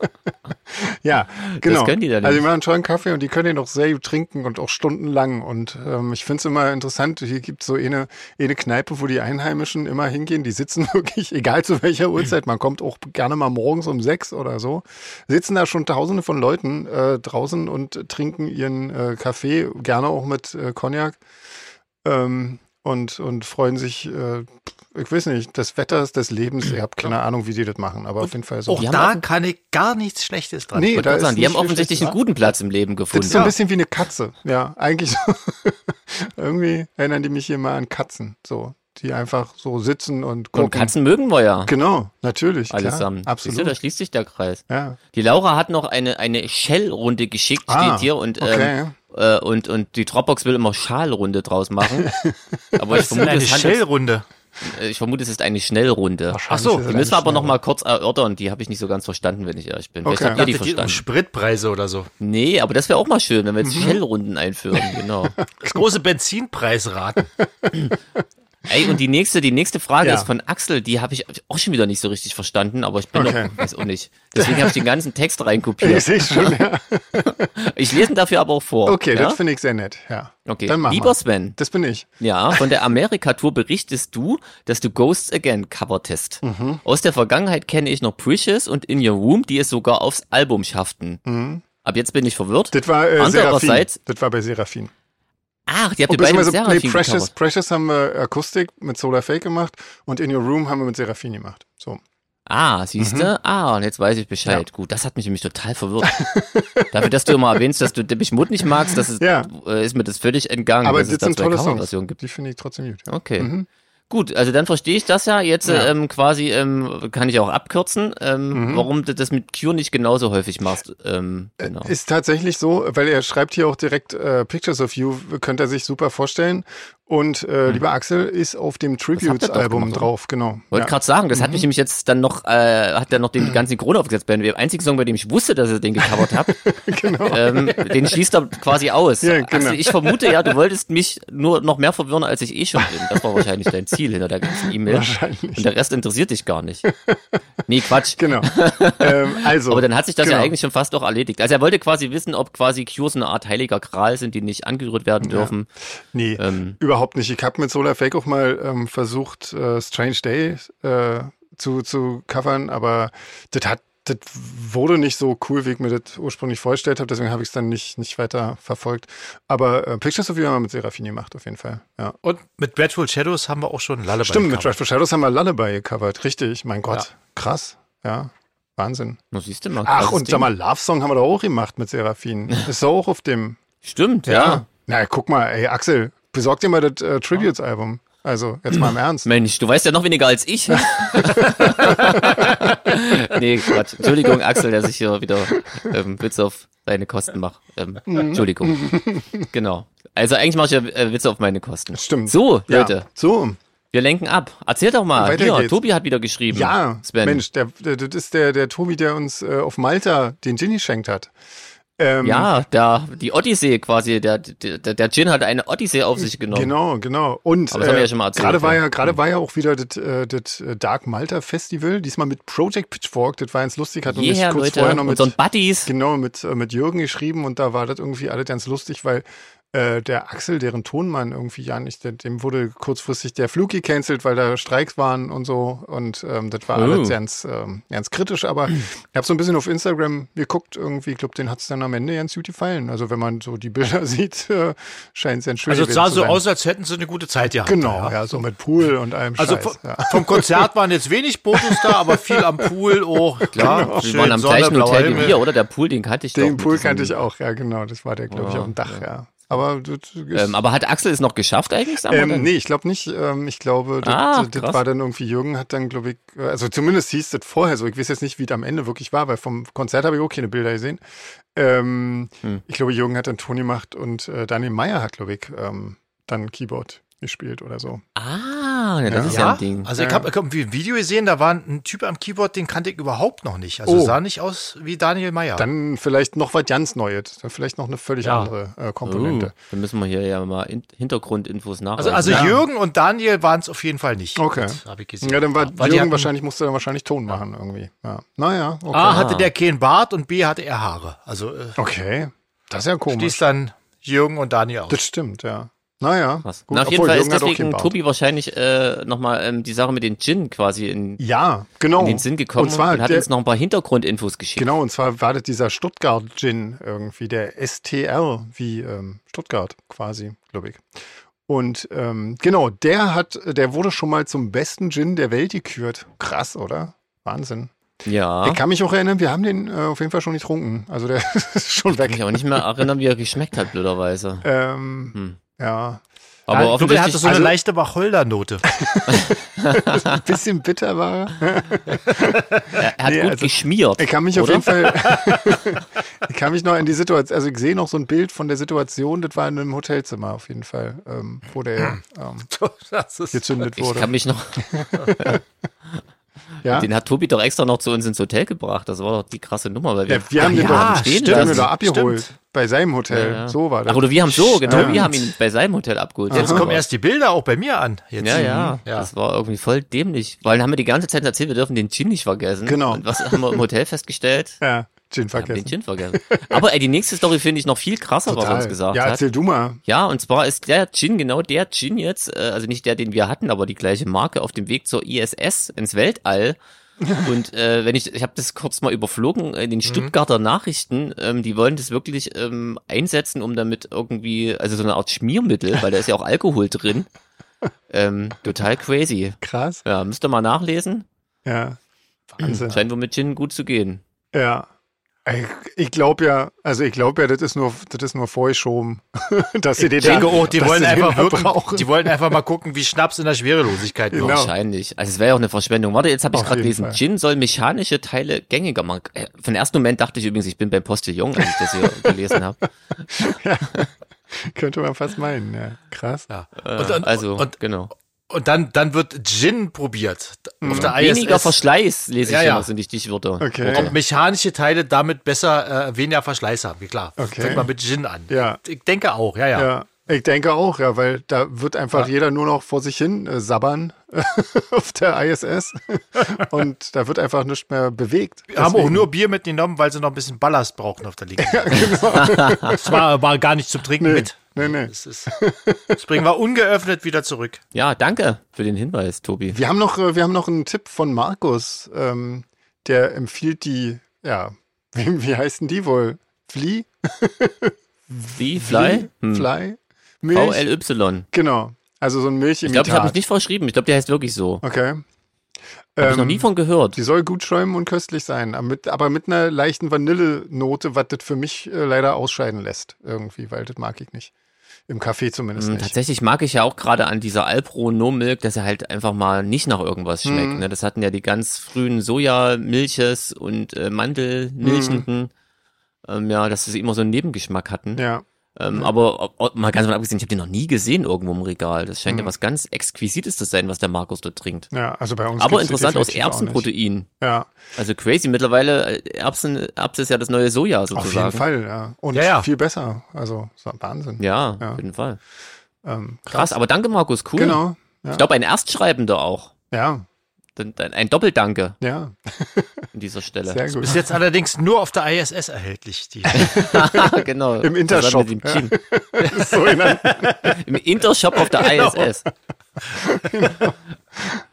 Ja, genau. können die da Also nicht. die machen schon Kaffee und die können den auch sehr gut trinken und auch stundenlang. Und ähm, ich finde es immer interessant, hier gibt es so eine, eine Kneipe, wo die Einheimischen immer hingehen. Die sitzen wirklich, egal zu welcher Uhrzeit, man kommt auch gerne mal morgens um sechs oder so, sitzen da schon tausende von Leuten äh, draußen und trinken ihren äh, Kaffee, gerne auch mit äh, Cognac. Ähm, und, und freuen sich, äh, ich weiß nicht, des Wetters, des Lebens. Ich habe keine Ahnung, wie die das machen, aber auf jeden Fall so. Auch Die haben da offen- kann ich gar nichts Schlechtes dran. Nee, Ich wollte gerade sagen, die nicht haben viel offensichtlich Schlechtes einen guten Platz im Leben das gefunden. ist so ein bisschen wie eine Katze. Ja, eigentlich so. Irgendwie erinnern die mich hier mal an Katzen. So, die einfach so sitzen und gucken. und Katzen mögen wir ja. Genau, natürlich. Allesamt. Klar, Siehst du, da absolut. schließt sich der Kreis. Ja. Die Laura hat noch eine, eine Shell-Runde geschickt, Ah, steht hier, und, okay. ähm, äh, und, und die Dropbox will immer Schalrunde draus machen. Aber Das ich ist vermute, eine es handelt, Shell-Runde. äh, ich vermute, es ist eine Schnellrunde. Wahrscheinlich so, ist es Die müssen wir eine aber noch Schnelle. mal kurz erörtern, die habe ich nicht so ganz verstanden, wenn ich ehrlich bin. Okay. Vielleicht habt ihr die Dachte, um verstanden. Spritpreise oder so. Nee, aber das wäre auch mal schön, wenn wir Mhm. jetzt Shell-Runden einführen, genau. Das Hm. große Benzinpreisraten. Ey, und die nächste, die nächste Frage Ja. ist von Axel, die habe ich auch schon wieder nicht so richtig verstanden, aber ich bin Okay. noch, weiß auch nicht. Deswegen habe ich den ganzen Text reinkopiert. Ich sehe schon. Ja. Ich lese ihn dafür aber auch vor. Okay, ja? das finde ich sehr nett. Ja. Okay, Dann machen lieber wir. Sven, Das bin ich. ja, von der Amerika-Tour berichtest du, dass du Ghosts Again covertest. Mhm. Aus der Vergangenheit kenne ich noch Precious und In Your Room, die es sogar aufs Album schafften. Ab jetzt bin ich verwirrt. Mhm. Das war äh, Serafin. Andererseits, Das war bei Serafin. ach, die habt Und ihr beide mit beziehungsweise nee, Serafin Precious, gecovert. Precious haben wir Akustik mit Solar Fake gemacht und In Your Room haben wir mit Serafin gemacht. So. Ah, siehste. Mhm. Ah, und jetzt weiß ich Bescheid. Gut, das hat mich nämlich total verwirrt. Dafür, dass du immer erwähnst, dass du Deppich Mut nicht magst, das ist, Ja. äh, ist mir das völlig entgangen. Aber dass das es da sind zwei tolle Songs. Coverversionen gibt. Die finde ich trotzdem gut. Okay. Gut, also dann verstehe ich das ja. Jetzt Mhm. Ja. Mhm. Ähm, quasi ähm, kann ich auch abkürzen, ähm, warum du das mit Cure nicht genauso häufig machst. Ähm, Äh, genau. Ist tatsächlich so, weil er schreibt hier auch direkt äh, Pictures of You, könnte er sich super vorstellen. Und Mhm. äh, lieber Axel ist auf dem doch Tributes-Album gemacht, oder? drauf, genau. Wollte ja. gerade sagen, das hat mich nämlich jetzt dann noch, äh, hat dann noch den ganzen Krone aufgesetzt. Bei dem einzigen Song, bei dem ich wusste, dass ihr den gecovert habt, genau. ähm, den schließt er quasi aus. Ja, genau. Axel, ich vermute ja, du wolltest mich nur noch mehr verwirren, als ich eh schon bin. Das war wahrscheinlich dein Ziel hinter der ganzen E-Mail. Wahrscheinlich. Und der Rest interessiert dich gar nicht. Nee, Quatsch. Genau. ähm, also, Aber dann hat sich das ja genau. eigentlich schon fast auch erledigt. Also er wollte quasi wissen, ob quasi Cures eine Art heiliger Gral sind, die nicht angerührt werden dürfen. Nee, Ähm. überhaupt nicht. Ich habe mit Solar Fake auch mal ähm, versucht, äh, Strange Day äh, zu, zu covern, aber das hat das wurde nicht so cool, wie ich mir das ursprünglich vorgestellt habe, deswegen habe ich es dann nicht, nicht weiter verfolgt. Aber äh, Pictures of You haben wir mit Serafin gemacht, auf jeden Fall. Ja. Und mit Dreadful Shadows haben wir auch schon Lullaby. Stimmt, mit gecovert. Dreadful Shadows haben wir Lullaby gecovert. Richtig, mein Gott. Ja. Krass. Ja, Wahnsinn. Na, siehst du mal. Ach, krasses und Ding. sag mal, Love Song haben wir doch auch gemacht mit Serafin. Ist doch auch auf dem. Stimmt, ja. Na, guck mal, ey, Axel, besorg dir mal das äh, Tributes-Album. Also, jetzt mal im Ernst. Hm. Mensch, du weißt ja noch weniger als ich. nee, Quatsch. Entschuldigung, Axel, dass ich hier wieder ähm, Witze auf deine Kosten mache. Ähm, Mhm. Entschuldigung. Genau. Also eigentlich mache ich ja äh, Witze auf meine Kosten. Stimmt. So, Leute, Hm. Ja, so. wir lenken ab. Erzähl doch mal. Weiter Hier, geht's. Tobi hat wieder geschrieben. Ja, Sven. Mensch, der, der, das ist der, der Tobi, der uns äh, auf Malta den Gin geschenkt hat. Ähm, Ja, da die Odyssee quasi, der, der, der Gin hat eine Odyssee auf sich genommen. Genau, genau. Und Aber das haben wir ja schon mal erzählt, gerade war ja. Mhm. ja gerade war ja auch wieder das, äh, das äh, Dark Malta Festival, diesmal mit Project Pitchfork, das war ganz lustig, hat uns Jeher, kurz Leute, vorher noch mit unseren Buddies. Genau, mit, äh, mit Jürgen geschrieben und da war das irgendwie alles ganz lustig, weil äh, der Axel, deren Tonmann irgendwie ja nicht, der, dem wurde kurzfristig der Flug gecancelt, weil da Streiks waren und so und ähm, das war Oh. alles ganz, ähm, ganz kritisch, aber ich habe so ein bisschen auf Instagram geguckt irgendwie, ich glaube, den hat es dann am Ende ganz gut gefallen. Also wenn man so die Bilder sieht, äh, scheint es ganz schön Also es gewesen sah zu so sein. aus, als hätten sie eine gute Zeit gehabt. Genau, ja. so mit Pool und allem Also Scheiß. vom, ja. vom Konzert waren jetzt wenig Fotos da, aber viel am Pool. Oh, klar. Wir schön waren am Sonne, gleichen blauer Hotel wie Himmel. wir, oder? Der Pool, den kannte ich doch. Den mit Pool diesem- kannte ich auch, ja genau, das war der, glaube ich, Ja, auf dem Dach, ja. Aber das ist, Ähm, aber hat Axel es noch geschafft eigentlich? Sag mal Ähm, dann? nee, ich glaube nicht. Ähm, ich glaube, das, Ah, das krass. war dann irgendwie, Jürgen hat dann, glaube ich, äh, also zumindest hieß das vorher so. Ich weiß jetzt nicht, wie das am Ende wirklich war, weil vom Konzert habe ich auch keine Bilder gesehen. Ähm, Hm. Ich glaube, Jürgen hat dann Ton gemacht und äh, Daniel Meyer hat, glaube ich, ähm, dann Keyboard gespielt oder so. Ah, Ah, ja, das Ja. ist ja, Ja, ein Ding. also ich Ja. habe hab irgendwie ein Video gesehen, da war ein Typ am Keyboard, den kannte ich überhaupt noch nicht. Also Oh. sah nicht aus wie Daniel Meyer. Dann vielleicht noch was ganz Neues. Dann vielleicht noch eine völlig andere äh, uh, Komponente. dann müssen wir hier ja mal in Hintergrundinfos nachholen. also also Jürgen und Daniel waren es auf jeden Fall Oh. nicht. Okay. Das hab ich gesehen. Ja, dann war Weil die Jürgen hatten- wahrscheinlich, musste dann wahrscheinlich Ton machen irgendwie. Ja. Naja, Ah. okay. A hatte der keinen Bart und B hatte er Haare. Also äh, Okay. Das ist ja komisch. stieß dann Jürgen und Daniel aus. Das stimmt, ja. Naja. Krass. Na, auf jeden obwohl, Fall Jürgen ist hat auch keinen deswegen Bart. Tobi wahrscheinlich äh, nochmal ähm, die Sache mit den Gin quasi in, Ja, genau. in den Sinn gekommen Und zwar, hat der, uns noch ein paar Hintergrundinfos geschickt. genau, und zwar war das dieser Stuttgart-Gin irgendwie, der STR, wie ähm, Stuttgart quasi, glaube ich. Und ähm, genau, der hat, der wurde schon mal zum besten Gin der Welt gekürt. Krass, oder? Wahnsinn. Ja. Ich kann mich auch erinnern, wir haben den äh, auf jeden Fall schon getrunken. Also der ist schon Ich kann weg. mich auch nicht mehr erinnern, wie er geschmeckt hat, blöderweise. Ähm, Hm. Ja, ja, Aber Dubbel hatte offensichtlich, also so eine leichte Wacholdernote. ein bisschen bitter war er. er hat Nee, gut also- geschmiert. Ich kann mich auf jeden Fall, ich kann mich noch an die Situation, also ich sehe noch so ein Bild von der Situation, das war in einem Hotelzimmer auf jeden Fall, ähm, wo der ähm, Das ist- gezündet Ich wurde. kann mich noch, ja? den hat Tobi doch extra noch zu uns ins Hotel gebracht. Das war doch die krasse Nummer, weil wir, ja, wir haben Ja, den doch stimmt. wir haben Das- den doch abgeholt stimmt. bei seinem Hotel. Ja. So war das. Ach, oder wir haben so, genau, Stimmt. wir haben ihn bei seinem Hotel abgeholt. Jetzt Ja. kommen erst die Bilder auch bei mir an. Jetzt. Ja, ja, Ja. das war irgendwie voll dämlich. Weil dann haben wir die ganze Zeit erzählt, wir dürfen den Gin nicht vergessen. Genau. Und was haben wir im Hotel festgestellt? ja, Gin Wir haben den vergessen. Gin vergessen. Aber ey, die nächste Story finde ich noch viel krasser, was er uns gesagt ja, hat. erzähl du mal. Ja, und zwar ist der Gin, genau der Gin jetzt, äh, also nicht der, den wir hatten, aber die gleiche Marke, auf dem Weg zur ISS, ins Weltall. Und äh, wenn ich, ich habe das kurz mal überflogen, in den Stuttgarter Nachrichten, ähm, die wollen das wirklich ähm, einsetzen, um damit irgendwie, also so eine Art Schmiermittel, weil da ist ja auch Alkohol drin. Ähm, total crazy. Krass. Ja, müsst ihr mal nachlesen. Ja. Wahnsinn. Scheint wohl mit Gin gut zu gehen. Ja. Ich, ich glaube ja, also ich glaube ja, das ist nur, das ist nur vorgeschoben, dass sie den Ich denke, da, oh, die dass wollen, sie den einfach da wirken, brauchen. die wollen einfach mal gucken, wie Schnaps in der Schwerelosigkeit wirkt. Genau. Wahrscheinlich. Also es wäre ja auch eine Verschwendung. Warte, jetzt habe ich Auf gerade jeden gelesen, Fall. Gin soll mechanische Teile gängiger machen. Äh, Für den ersten Moment dachte ich übrigens, ich bin beim Postillon, als ich das hier gelesen habe. Könnte man fast meinen, ja. Krass. Ja. Äh, Und, dann- also, und, genau. und dann, dann wird Gin probiert. Auf der Weniger ISS. Verschleiß lese ich Ja, ja, ja. immer, sind die Stichwörter. Okay. Ob mechanische Teile damit besser, äh, weniger Verschleiß haben. Wie klar. Okay. Fängt man mit Gin an. Ja. Ich denke auch, ja, ja. Ja, ich denke auch, ja, weil da wird einfach jeder nur noch vor sich hin äh, sabbern auf der ISS und da wird einfach nichts mehr bewegt. Wir haben auch nur Bier mitgenommen, weil sie noch ein bisschen Ballast brauchen auf der Liege. Das war, war gar nicht zum Trinken mit. Nee, nee. Das, ist, das bringen wir ungeöffnet wieder zurück. Ja, danke für den Hinweis, Tobi. Wir haben noch, äh, wir haben noch einen Tipp von Markus, ähm, der empfiehlt die, ja, wie, wie heißen die wohl? Flee? Wie? Fly? Hm. Fly? Milch? VLY. Genau. Also so ein Ich Milchimitat. glaube, ich habe mich nicht verschrieben. Ich glaube, der heißt wirklich so. Okay. Habe ich noch nie von gehört. Die soll gut schäumen und köstlich sein, aber mit, aber mit einer leichten Vanillenote, was das für mich äh, leider ausscheiden lässt, irgendwie, weil das mag ich nicht. Im Kaffee zumindest Mm, nicht. Tatsächlich mag ich ja auch gerade an dieser Alpro No Milk, dass er halt einfach mal nicht nach irgendwas Mhm. schmeckt. Ne? Das hatten ja die ganz frühen Sojamilches und äh, Mandelmilchenden. Ähm, ja, dass sie immer so einen Nebengeschmack hatten. Mhm. Ja, Ähm, aber ob, ob, mal ganz mal abgesehen, ich habe den noch nie gesehen irgendwo im Regal. Das scheint ja Mhm. was ganz Exquisites zu sein, was der Markus dort trinkt. ja, also bei uns. aber gibt's die interessant aus definitiv auch nicht. Erbsenprotein. Ja, Also crazy, mittlerweile äh, Erbsen, Erbsen ist ja das neue Soja auf sozusagen. jeden Fall, ja. Und Ja, ja. viel besser. Also, so Wahnsinn. Ja, Ja. auf jeden Fall. Ähm, Krass, aber danke Markus, cool. Genau. Ich glaube ein Erstschreibender auch. Ja, Dann- dann Ein Doppeldanke. ja, an dieser Stelle. sehr gut. Ist jetzt allerdings nur auf der ISS erhältlich. Die, genau. Im Das war Intershop, mit dem Gin. so genannt. Im Intershop auf der Genau. ISS.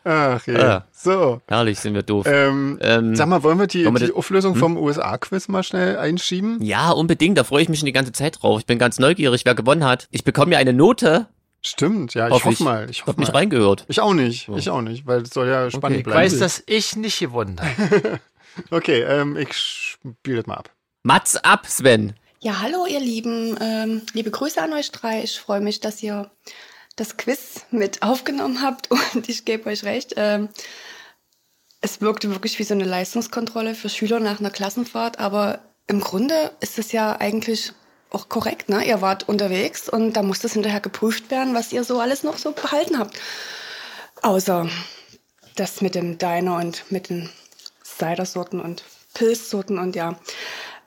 Ach, ja. Ah. So. Herrlich, sind wir doof. Ähm, Ähm, sag mal, wollen wir die, wollen wir die das- hm? Auflösung vom USA-Quiz mal schnell einschieben? ja, unbedingt. Da freue ich mich schon die ganze Zeit drauf. Ich bin ganz neugierig, wer gewonnen hat. Ich bekomme ja eine Note. Stimmt, ja, ich Hoffe ich. hoffe mal. Ich Ich habe hoffe mich mal. reingehört. Ich auch nicht, ich auch nicht, weil es soll ja spannend ich ich bleiben. weiß, dass ich nicht gewonnen habe. Okay, ähm, ich spiele das mal ab. Mats ab, Sven. Ja, hallo ihr Lieben. Ähm, liebe Grüße an euch drei. Ich freue mich, dass ihr das Quiz mit aufgenommen habt und ich gebe euch recht. Ähm, es wirkte wirklich wie so eine Leistungskontrolle für Schüler nach einer Klassenfahrt, aber im Grunde ist es ja eigentlich auch korrekt. Ne? Ihr wart unterwegs und da muss das hinterher geprüft werden, was ihr so alles noch so behalten habt. Außer das mit dem Diner und mit den Cidersorten und Pilzsorten und ja.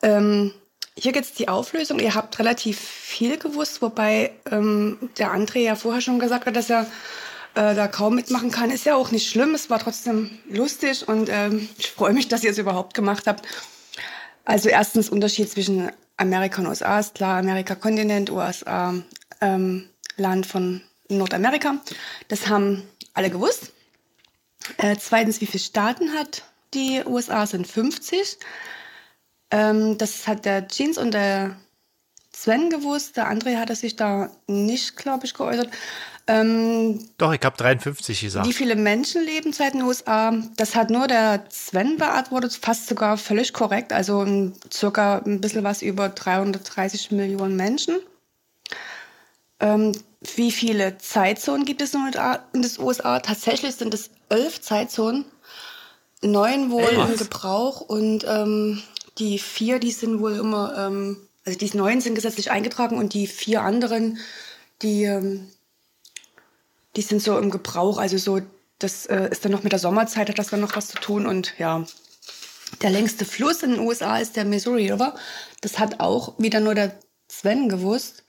Ähm, hier gibt es die Auflösung. Ihr habt relativ viel gewusst, wobei ähm, der André ja vorher schon gesagt hat, dass er äh, da kaum mitmachen kann. Ist ja auch nicht schlimm, es war trotzdem lustig und ähm, ich freue mich, dass ihr es überhaupt gemacht habt. Also erstens Unterschied zwischen Amerika und USA ist klar, Amerika Kontinent, USA ähm, Land von Nordamerika. Das haben alle gewusst. Äh, zweitens, wie viele Staaten hat die USA? Sind 50. Ähm, das hat der Jeans und der Sven gewusst. Der André hat er sich da nicht, glaube ich, geäußert. Ähm, Doch, ich habe 53 gesagt. wie viele Menschen leben seit den USA? Das hat nur der Sven beantwortet, fast sogar völlig korrekt. Also ähm, circa ein bisschen was über 330 Millionen Menschen. Ähm, wie viele Zeitzonen gibt es in den USA- in den USA? Tatsächlich sind es elf Zeitzonen, neun wohl im Gebrauch und ähm, die vier, die sind wohl immer, ähm, also die neun sind gesetzlich eingetragen und die vier anderen, die ähm, die sind so im Gebrauch. Also so, das äh, ist dann noch mit der Sommerzeit, hat das dann noch was zu tun. Und ja, der längste Fluss in den USA ist der Missouri River. Das hat auch wieder nur der Sven gewusst.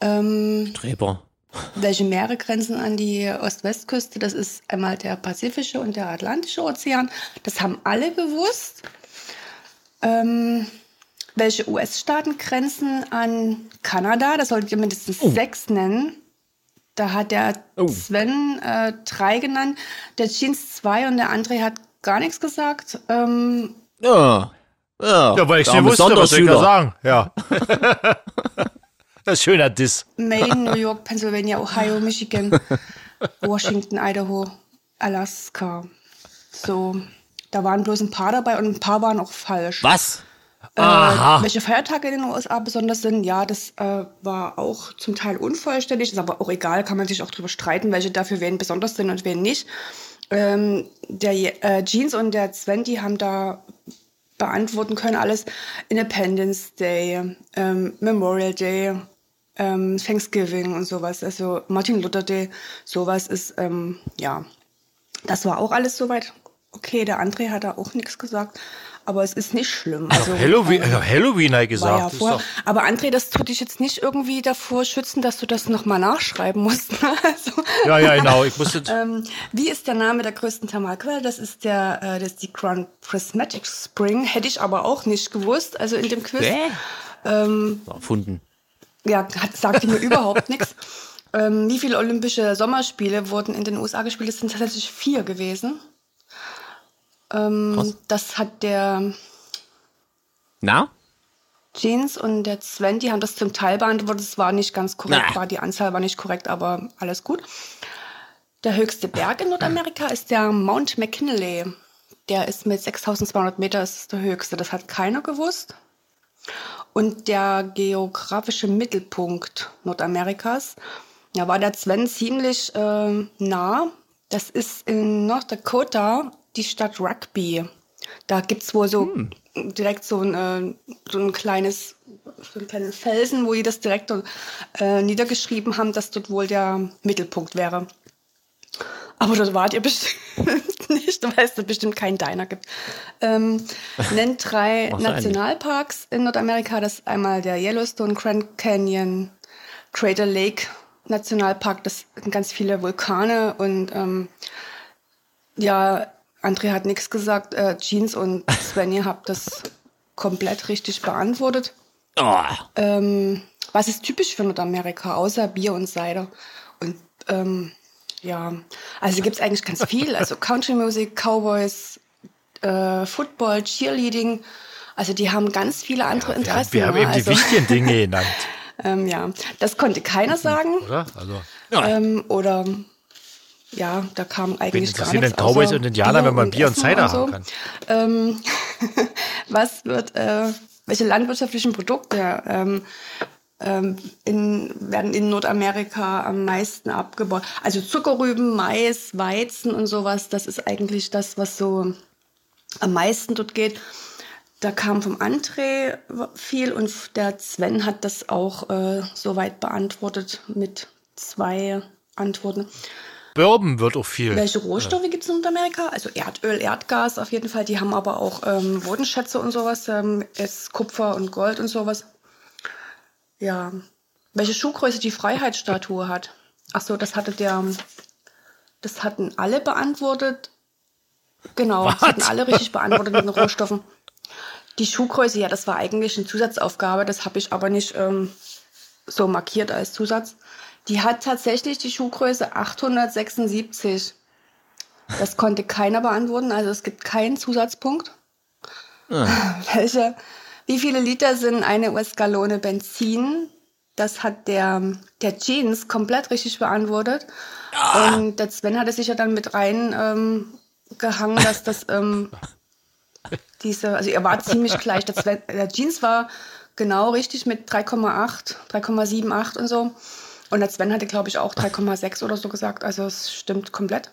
Ähm, Streber. welche Meere grenzen an die Ost-West-Küste? Das ist einmal der Pazifische und der Atlantische Ozean. Das haben alle gewusst. Ähm, welche US-Staaten grenzen an Kanada? Das solltet ihr mindestens sechs nennen. Da hat der Sven äh, drei genannt, der Jeans zwei und der André hat gar nichts gesagt. Ähm, Ja. Ja, Ja, weil ich da haben nicht wir wusste, was soll ich da Sonderschüler. sagen. Ja. das ist schöner Diss. Maine, New York, Pennsylvania, Ohio, Michigan, Washington, Idaho, Alaska. So, da waren bloß ein paar dabei und ein paar waren auch falsch. Was? Äh, welche Feiertage in den USA besonders sind, ja, das äh, war auch zum Teil unvollständig, ist aber auch egal, kann man sich auch drüber streiten, welche dafür wen besonders sind und wen nicht. Ähm, der Je- äh, Jeans und der Sven, die haben da beantworten können alles Independence Day, ähm, Memorial Day, ähm, Thanksgiving und sowas, also Martin Luther Day, sowas ist, ähm, ja, das war auch alles soweit. Okay, der André hat da auch nichts gesagt, aber es ist nicht schlimm. Also, Halloween, ich hab Halloween habe ich war gesagt. ja Ist vorher. doch- Aber André, das tut dich jetzt nicht irgendwie davor schützen, dass du das nochmal nachschreiben musst. also, ja, ja, genau. Ich musste. ähm, wie ist der Name der größten Thermalquelle? Das ist der, äh, das ist die Grand Prismatic Spring. Hätte ich aber auch nicht gewusst. Also in dem Quiz. Bäh. Ähm, War Erfunden. ja, hat, sagte mir überhaupt nichts. Ähm, wie viele Olympische Sommerspiele wurden in den USA gespielt? Es sind tatsächlich vier gewesen. Ähm, Krass. das hat der Na? Jeans und der Sven, die haben das zum Teil beantwortet. Es war nicht ganz korrekt, Na. war die Anzahl war nicht korrekt, aber alles gut. Der höchste Berg in Nordamerika ist der Mount McKinley. Der ist mit 6200 Meter ist der höchste. Das hat keiner gewusst. Und der geografische Mittelpunkt Nordamerikas, da war der Sven ziemlich äh, nah. Das ist in North Dakota die Stadt Rugby. Da gibt es wohl so direkt so ein, äh, so ein kleines so einen kleinen Felsen, wo die das direkt äh, niedergeschrieben haben, dass dort wohl der Mittelpunkt wäre. Aber das wart ihr bestimmt nicht, weil es dort bestimmt keinen Diner gibt. Ähm, nennt drei Mach's eigentlich. Nationalparks in Nordamerika. Das ist einmal der Yellowstone, Grand Canyon, Crater Lake Nationalpark. Das sind ganz viele Vulkane und ähm, ja, André hat nichts gesagt. Äh, Jeans und Sven, ihr habt das komplett richtig beantwortet. Oh. Ähm, was ist typisch für Nordamerika, außer Bier und Cider? Und ähm, ja, also gibt es eigentlich ganz viel. Also Country Music, Cowboys, äh, Football, Cheerleading. Also die haben ganz viele andere Interessen. wir haben ne? eben die also, wichtigen Dinge genannt, ähm, ja, das konnte keiner sagen. oder? Also, Ähm, oder ja, da kam eigentlich gar interessieren nichts. denn Cowboys außer und Indianer, wenn man Bier und Essen Cider haben Ähm, was wird, äh, welche landwirtschaftlichen Produkte ähm, ähm, in, werden in Nordamerika am meisten abgebaut? Also Zuckerrüben, Mais, Weizen und sowas, das ist eigentlich das, was so am meisten dort geht. Da kam vom André viel und der Sven hat das auch äh, soweit beantwortet mit zwei Antworten. Bourbon wird auch viel. Welche Rohstoffe gibt es in Südamerika? Also Erdöl, Erdgas auf jeden Fall. Die haben aber auch ähm, Bodenschätze und sowas. Ähm, es Kupfer und Gold und sowas. Ja. Welche Schuhgröße die Freiheitsstatue hat? Ach so, das hatte der. ähm, Das hatten alle beantwortet. Genau, das hatten alle richtig beantwortet mit den Rohstoffen. Die Schuhgröße, ja, das war eigentlich eine Zusatzaufgabe. Das habe ich aber nicht ähm, so markiert als Zusatz. Die hat tatsächlich die Schuhgröße 876. Das konnte keiner beantworten, also es gibt keinen Zusatzpunkt. Welche, wie viele Liter sind eine US-Gallone Benzin? Das hat der, der Jeans komplett richtig beantwortet. Und der Sven hatte sich ja dann mit rein ähm, gehangen, dass das ähm, diese, also er war ziemlich gleich. Der, Sven, der Jeans war genau richtig mit 3,8, 3,78 und so. Und der Sven hatte, glaube ich, auch 3,6 oder so gesagt. Also es stimmt komplett.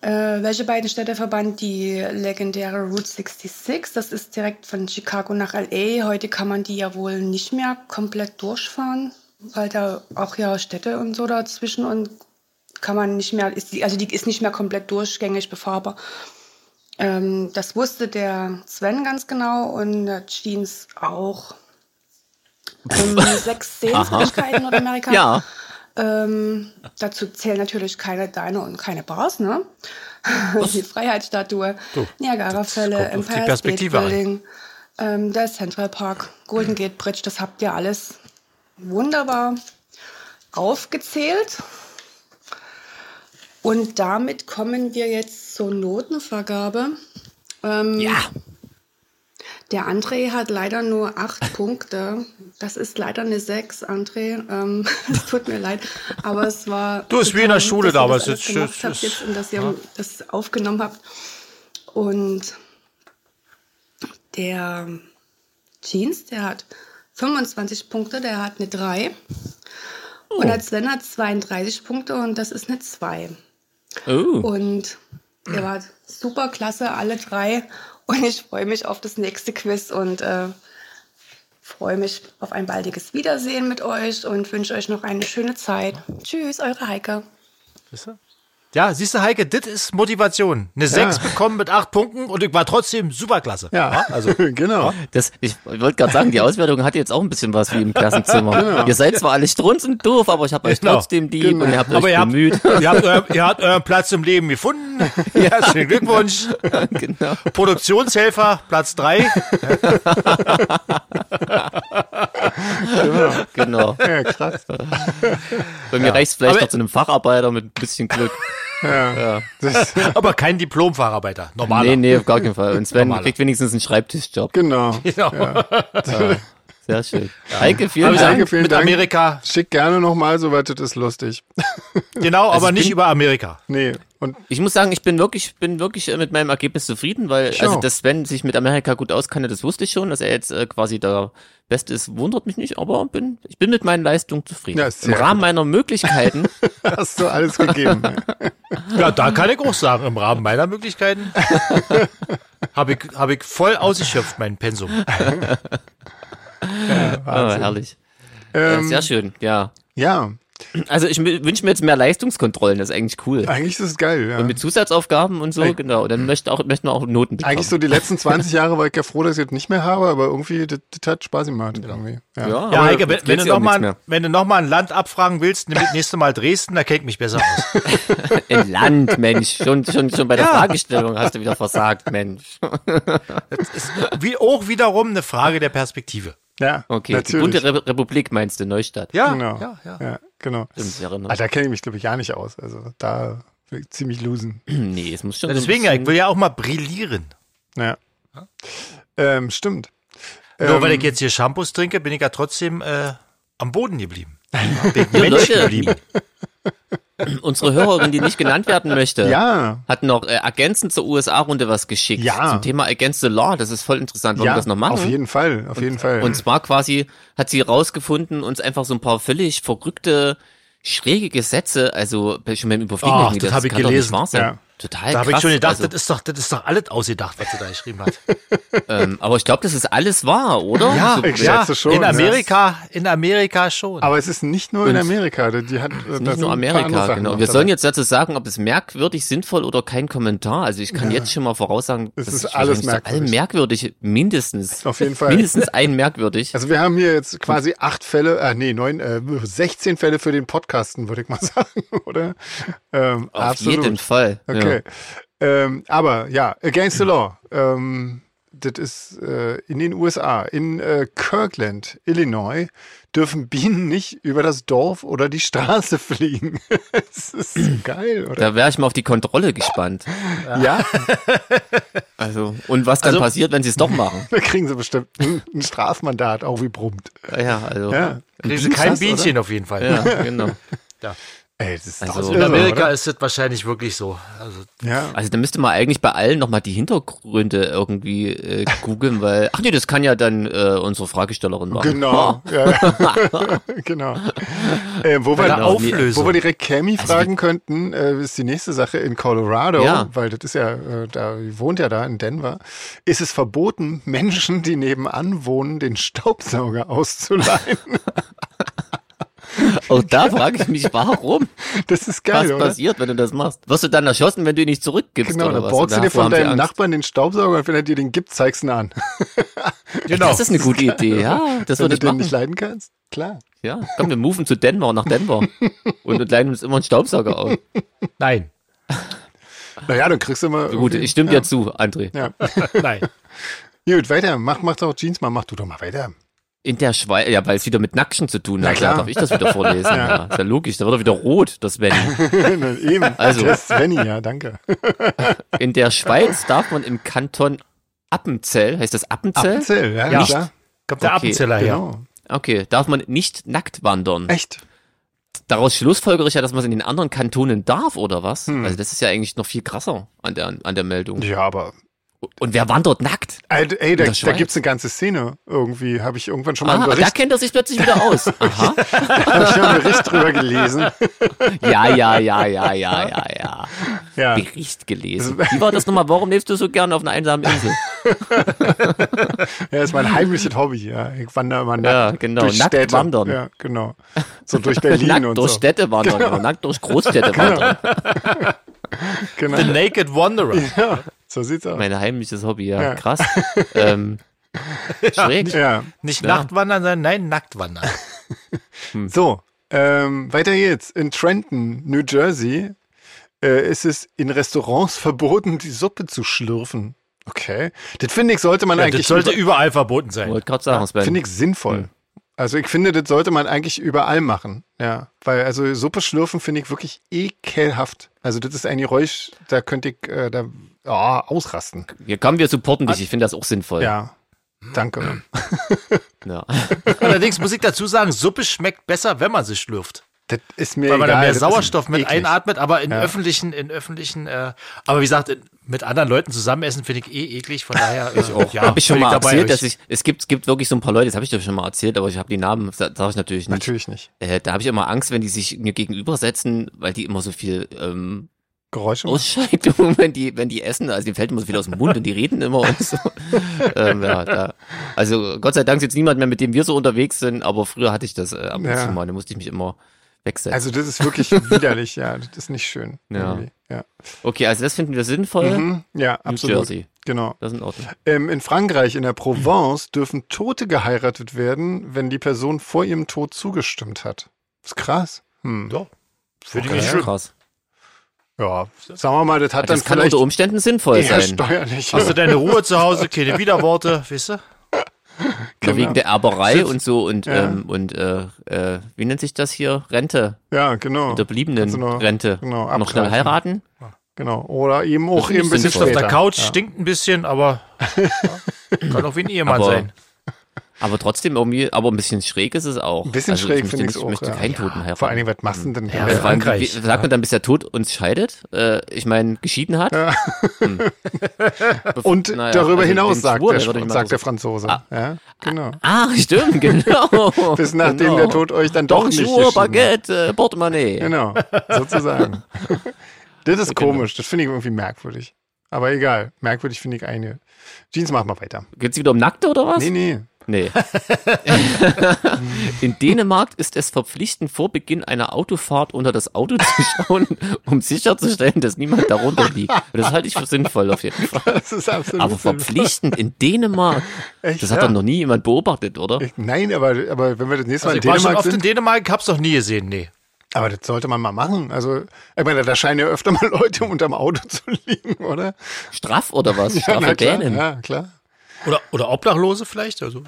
Äh, welche beiden Städte verband die legendäre Route 66? Das ist direkt von Chicago nach LA. Heute kann man die ja wohl nicht mehr komplett durchfahren, weil da auch ja Städte und so dazwischen und kann man nicht mehr, ist die, also die ist nicht mehr komplett durchgängig befahrbar. Ähm, das wusste der Sven ganz genau und der Jeans auch. Ähm, sechs Sehenswürdigkeiten in Nordamerika. Ja. Ähm, dazu zählen natürlich keine Deine und keine Bars, ne? Die Freiheitsstatue, Niagarafälle, kommt auf die Empire State Perspektive an. Building, ähm, der Central Park, Golden Gate Bridge, das habt ihr alles wunderbar aufgezählt. Und damit kommen wir jetzt zur Notenvergabe. Ähm, Ja. der André hat leider nur acht Punkte. Das ist leider eine sechs, André. Ähm, es tut mir leid. Aber es war. Du, ist wie in der Schule dass ihr damals. Das alles Jetzt- gemacht habt jetzt- jetzt und dass ihr das aufgenommen habt. Und der Jeans, der hat 25 Punkte, der hat eine 3. Oh. Und der Sven hat 32 Punkte und das ist eine 2. Oh. Und ihr wart super klasse, alle drei. Und ich freue mich auf das nächste Quiz und äh, freue mich auf ein baldiges Wiedersehen mit euch und wünsche euch noch eine schöne Zeit. Tschüss, eure Heike. Siehst du? Ja, siehst du, Heike, das ist Motivation. Eine 6 bekommen mit 8 Punkten und ich war trotzdem superklasse. Ja, also genau. Das, ich wollte gerade sagen, die Auswertung hat jetzt auch ein bisschen was wie im Klassenzimmer. Ihr seid zwar alle strunzend und doof, aber ich habe euch Genau. trotzdem lieb und ihr habt Aber euch ihr habt, bemüht. ihr, habt euer, ihr habt euren Platz im Leben gefunden. Herzlichen Glückwunsch. genau. Produktionshelfer, Platz 3. genau. Ja, krass. Bei mir reicht's vielleicht Aber- noch zu einem Facharbeiter mit ein bisschen Glück. Das, Aber kein Diplom-Facharbeiter. Normaler. Nee, nee, auf gar keinen Fall. Und Sven Normaler. kriegt wenigstens einen Schreibtischjob. genau. Genau. Sehr schön. Heike, vielen Aber Dank. Danke, vielen mit Dank. Amerika. Schick gerne nochmal, soweit das ist lustig. Genau, aber Also ich nicht bin- über Amerika. Nee, und Ich muss sagen, ich bin wirklich, bin wirklich äh, mit meinem Ergebnis zufrieden, weil, auch. also, dass Sven sich mit Amerika gut auskannte, das wusste ich schon, dass er jetzt äh, quasi der Beste ist, wundert mich nicht, aber bin, ich bin mit meinen Leistungen zufrieden. Ja, Im sehr Rahmen meiner Möglichkeiten, hast du alles gegeben. Ja, da kann ich auch sagen, im Rahmen meiner Möglichkeiten habe ich, hab ich voll ausgeschöpft, mein Pensum. ah, herrlich. Ähm, äh, sehr schön, ja. Ähm, Ja, Also, ich wünsche mir jetzt mehr Leistungskontrollen, das ist eigentlich cool. eigentlich ist es geil. Ja. Mit Zusatzaufgaben und so, genau. Und dann möchte auch, möchten wir auch Noten bekommen. Eigentlich so die letzten 20 Jahre war ich ja froh, dass ich das nicht mehr habe, aber irgendwie, das, das hat Spaß gemacht. Irgendwie. Ja. ja, Ja, aber Heike, wenn, jetzt wenn, geht's du ja noch um nichts mal, mehr. wenn du nochmal ein Land abfragen willst, nimm das nächste Mal Dresden, da kennt mich besser aus. Ein Land, Mensch. Schon, schon, schon bei der Fragestellung hast du wieder versagt, Mensch. Wie auch wiederum eine Frage der Perspektive. ja Okay, die natürlich. bunte Re Republik meinst du, Neustadt. Ja, genau. ja, ja. genau. Stimmt, ich erinnere Ah, da kenne ich mich, glaube ich, gar nicht aus. Also da bin ich ziemlich losen. mich. Hm, Nee, es muss schon. Ja, so ein Deswegen, ja, bisschen- ich will ja auch mal brillieren. Ja. Ähm, stimmt. Nur weil ich jetzt hier Shampoos trinke, bin ich ja trotzdem äh, am Boden geblieben. Bin Ja, Mensch Leute. geblieben. Unsere Hörerin, die nicht genannt werden möchte, Ja, hat noch äh, ergänzend zur USA-Runde was geschickt. Ja. Zum Thema Against the Law. Das ist voll interessant. Wollen ja wir das noch machen? auf jeden Fall, auf jeden Fall. Und zwar quasi hat sie rausgefunden, uns einfach so ein paar völlig verrückte, schräge Gesetze, also schon beim Überfliegen, Ach, irgendwie, das hab ich kann doch gelesen. nicht wahr sein. Ja. da Total krass. habe ich schon gedacht, also, das, ist doch, das ist doch alles ausgedacht, was sie da geschrieben hat. ähm, aber ich glaube, das ist alles wahr, oder? Also, so, ich schätze schon, in ja. Amerika, in Amerika schon. Aber es ist nicht nur in Amerika. Die die hat äh, da Nicht sind ein nur paar andere Amerika, Sachen genau. noch Wir dabei. sollen jetzt dazu sagen, ob es merkwürdig, sinnvoll oder kein Kommentar. Also ich kann jetzt schon mal voraussagen, Es das ist alles wahrscheinlich zu allem merkwürdig, mindestens. Auf jeden Fall. Mindestens ein merkwürdig. Also wir haben hier jetzt quasi acht Fälle, äh, nee, neun, äh, 16 Fälle für den Podcasten, würde ich mal sagen, oder? Ähm, Auf jeden Fall. Okay. Ähm, aber ja, Against the Law. Ähm, das ist äh, in den USA, in äh, Kirkland, Illinois, dürfen Bienen nicht über das Dorf oder die Straße fliegen. das ist so geil, Ja. oder? Da wäre ich mal auf die Kontrolle gespannt. Ja, Also, und was dann Also- passiert, wenn sie es doch machen? da kriegen sie bestimmt ein, ein Strafmandat, auch wie brummt. Ja, also. Ja. Kriegen sie kein Bienenfass, Bienchen auf jeden Fall. Ja, genau. Oder? Ey, das ist Also- doch In In irre, Amerika oder? ist das wahrscheinlich wirklich so. Also, Ja. Also da müsste man eigentlich bei allen nochmal die Hintergründe irgendwie äh, googeln, weil. Ach nee, das kann ja dann äh, unsere Fragestellerin machen. Genau, ja. genau. Äh, wo, wir, Eine Auflösung. wo wir direkt Cammy fragen könnten, äh, ist die nächste Sache in Colorado, Also Ja. weil das ist ja, äh, da die wohnt ja da in Denver, ist es verboten, Menschen, die nebenan wohnen, den Staubsauger auszuleihen. Auch Also, da frage ich mich, warum? Das ist Was geil, oder? passiert, wenn du das machst? Wirst du dann erschossen, wenn du ihn nicht zurückgibst? Genau, oder dann was? borgst du Oder dir von haben sie deinem Angst? Nachbarn den Staubsauger und wenn er dir den gibt, zeigst du ihn an. genau. Das ist eine gute Idee, ja. Das wenn würde du ich den machen. nicht leiden kannst, klar. Ja, komm, wir moven zu Denver, nach Denver. Und, und leihen uns immer einen Staubsauger auf. Nein, Naja, dann kriegst du immer. Gut, irgendwie- ich stimme ja. dir zu, André. Ja. nein. Gut, weiter. Mach, mach doch Jeans mal, mach du doch mal weiter. In der Schweiz, ja, weil es wieder mit Nackschen zu tun Na hat, ja, klar. darf ich das wieder vorlesen. ja. Ist ja logisch, da wird er wieder rot, das Wenn. Eben. Also. Das ist Svenny, ja, danke. In der Schweiz darf man im Kanton Appenzell, heißt das Appenzell? Appenzell, ja, Ja. klar. Kommt der Okay, Appenzeller her. Genau. Okay, darf man nicht nackt wandern. Echt? Daraus schlussfolgere ich ja, dass man es in den anderen Kantonen darf, oder was? Hm. Also das ist ja eigentlich noch viel krasser an der, an der Meldung. Ja, aber. Und wer wandert nackt? Ey, d- ey da, In der da Schweiz. gibt's eine ganze Szene irgendwie. Habe ich irgendwann schon mal einen Ah, da Bericht, kennt er sich plötzlich wieder aus. Aha. hab ich schon einen Bericht drüber gelesen. Ja, ja, ja, ja, ja, ja, ja. Ja. Bericht gelesen. Wie war das nochmal? Warum lebst du so gerne auf einer einsamen Insel? ja, ist mein heimliches Hobby. Ja. Ich wandere immer nackt. Ja, genau, Durch nackt Städte. wandern. Ja, genau. So durch Berlin nackt und durch so. Städte wandern, genau. nackt durch Großstädte wandern. Genau. The Naked Wanderer. Ja, so sieht's aus. Mein heimliches Hobby, ja, Ja. krass. ähm, schräg. Ja. Nicht Nachtwandern, sondern nein, nackt wandern. So, ähm, weiter geht's. In Trenton, New Jersey, äh, ist es in Restaurants verboten, die Suppe zu schlürfen. Okay. Das finde ich, sollte man Ja, eigentlich. das sollte überall verboten sein. Wollte gerade sagen, Sven. Finde ich sinnvoll. Hm. Also ich finde, das sollte man eigentlich überall machen. Ja, weil also Suppe schlürfen finde ich wirklich ekelhaft. Also das ist ein Geräusch, da könnte ich äh, da ah, ausrasten. Hier kommen wir supporten dich. Ich finde das auch sinnvoll. Ah. Ja, danke. Ja. Allerdings muss ich dazu sagen, Suppe schmeckt besser, wenn man sie schlürft. Das ist mir Weil man da egal. mehr das ist Sauerstoff mit eklig. einatmet, aber in öffentlichen, in öffentlichen, äh, aber wie gesagt, in, mit anderen Leuten zusammen essen finde ich eh eklig, von daher. Äh, ich auch. Ja, habe ich schon bin mal dabei, erzählt, aber ich- dass ich, es gibt, es gibt wirklich so ein paar Leute, das habe ich dir schon mal erzählt, aber ich habe die Namen, sage ich natürlich nicht. Natürlich nicht. Äh, da habe ich immer Angst, wenn die sich mir gegenübersetzen, weil die immer so viel ähm, Geräusche. machen. Ausscheidungen, wenn die, wenn die essen, also denen fällt immer so viel aus dem Mund und die reden immer und so. ähm, ja, da. Also Gott sei Dank ist jetzt niemand mehr, mit dem wir so unterwegs sind, aber früher hatte ich das äh, ab und Ja. zu mal, da musste ich mich immer wegsetzen. Also das ist wirklich widerlich, ja. Das ist nicht schön. Ja. irgendwie. Ja. okay, also das finden wir sinnvoll. Mhm. ja, New absolut. Jersey. Genau. Das ist in Ordnung. Ähm, in Frankreich, in der Provence, dürfen Tote geheiratet werden, wenn die Person vor ihrem Tod zugestimmt hat. ist krass. Hm. Ja, finde ich Okay. nicht schlimm. Krass. Ja, sagen wir mal, das hat Das dann kann vielleicht unter Umständen sinnvoll eher sein. steuerlich. Hast du deine Ruhe zu Hause, keine Widerworte, weißt du? Nur Genau. Wegen der Erberei Sitz- und so und, Ja. ähm, und äh, äh, wie nennt sich das hier? Rente. ja, genau. Unterbliebenen Kannst du noch- Rente. genau, noch schnell abgreifen. heiraten? Genau. Oder eben Das auch finde eben ein ich bisschen Sitzt auf später. der Couch, ja. stinkt ein bisschen, aber ja, kann auch wie ein Ehemann Aber- sein. Aber trotzdem irgendwie, aber ein bisschen schräg ist es auch. Ein bisschen Also schräg möchte finde nicht- ich es auch. möchte ja. keinen Toten heiraten. Vor allem, was machst du denn? Ja, Vor allem, wie, Frankreich. sagt man dann, bis der Tod uns scheidet? Äh, ich meine, geschieden hat? Hm. Bef- Und naja, darüber also hinaus den sagt, Schwur, der, würde ich Sch- mal sagt so Ah. der Franzose. ja, genau. sagen. Ah, stimmt, genau. Bis nachdem genau. der Tod euch dann doch nicht Genau. Bonjour, geschieden hat. Baguette, äh, Portemonnaie. Genau, sozusagen. Das ist komisch, das finde ich irgendwie merkwürdig. Aber egal, merkwürdig finde ich eine. Jeans, mach mal weiter. Geht's wieder um Nackte oder was? Nee, nee. Nee. In Dänemark ist es verpflichtend, vor Beginn einer Autofahrt unter das Auto zu schauen, um sicherzustellen, dass niemand darunter liegt. Das halte ich für sinnvoll auf jeden Fall. Das ist absolut Aber verpflichtend in Dänemark. Echt, Das hat ja. doch noch nie jemand beobachtet, oder? Ich- Nein, aber, aber wenn wir das nächste Also Mal in ich war schon Dänemark oft in sind, Dänemark, hab's noch nie gesehen, nee. aber das sollte man mal machen. Also, ich meine, da scheinen ja öfter mal Leute unterm Auto zu liegen, oder? Straff oder was? Ja, Strafe na klar, Dänen. ja, klar. Oder, oder Obdachlose vielleicht? Also,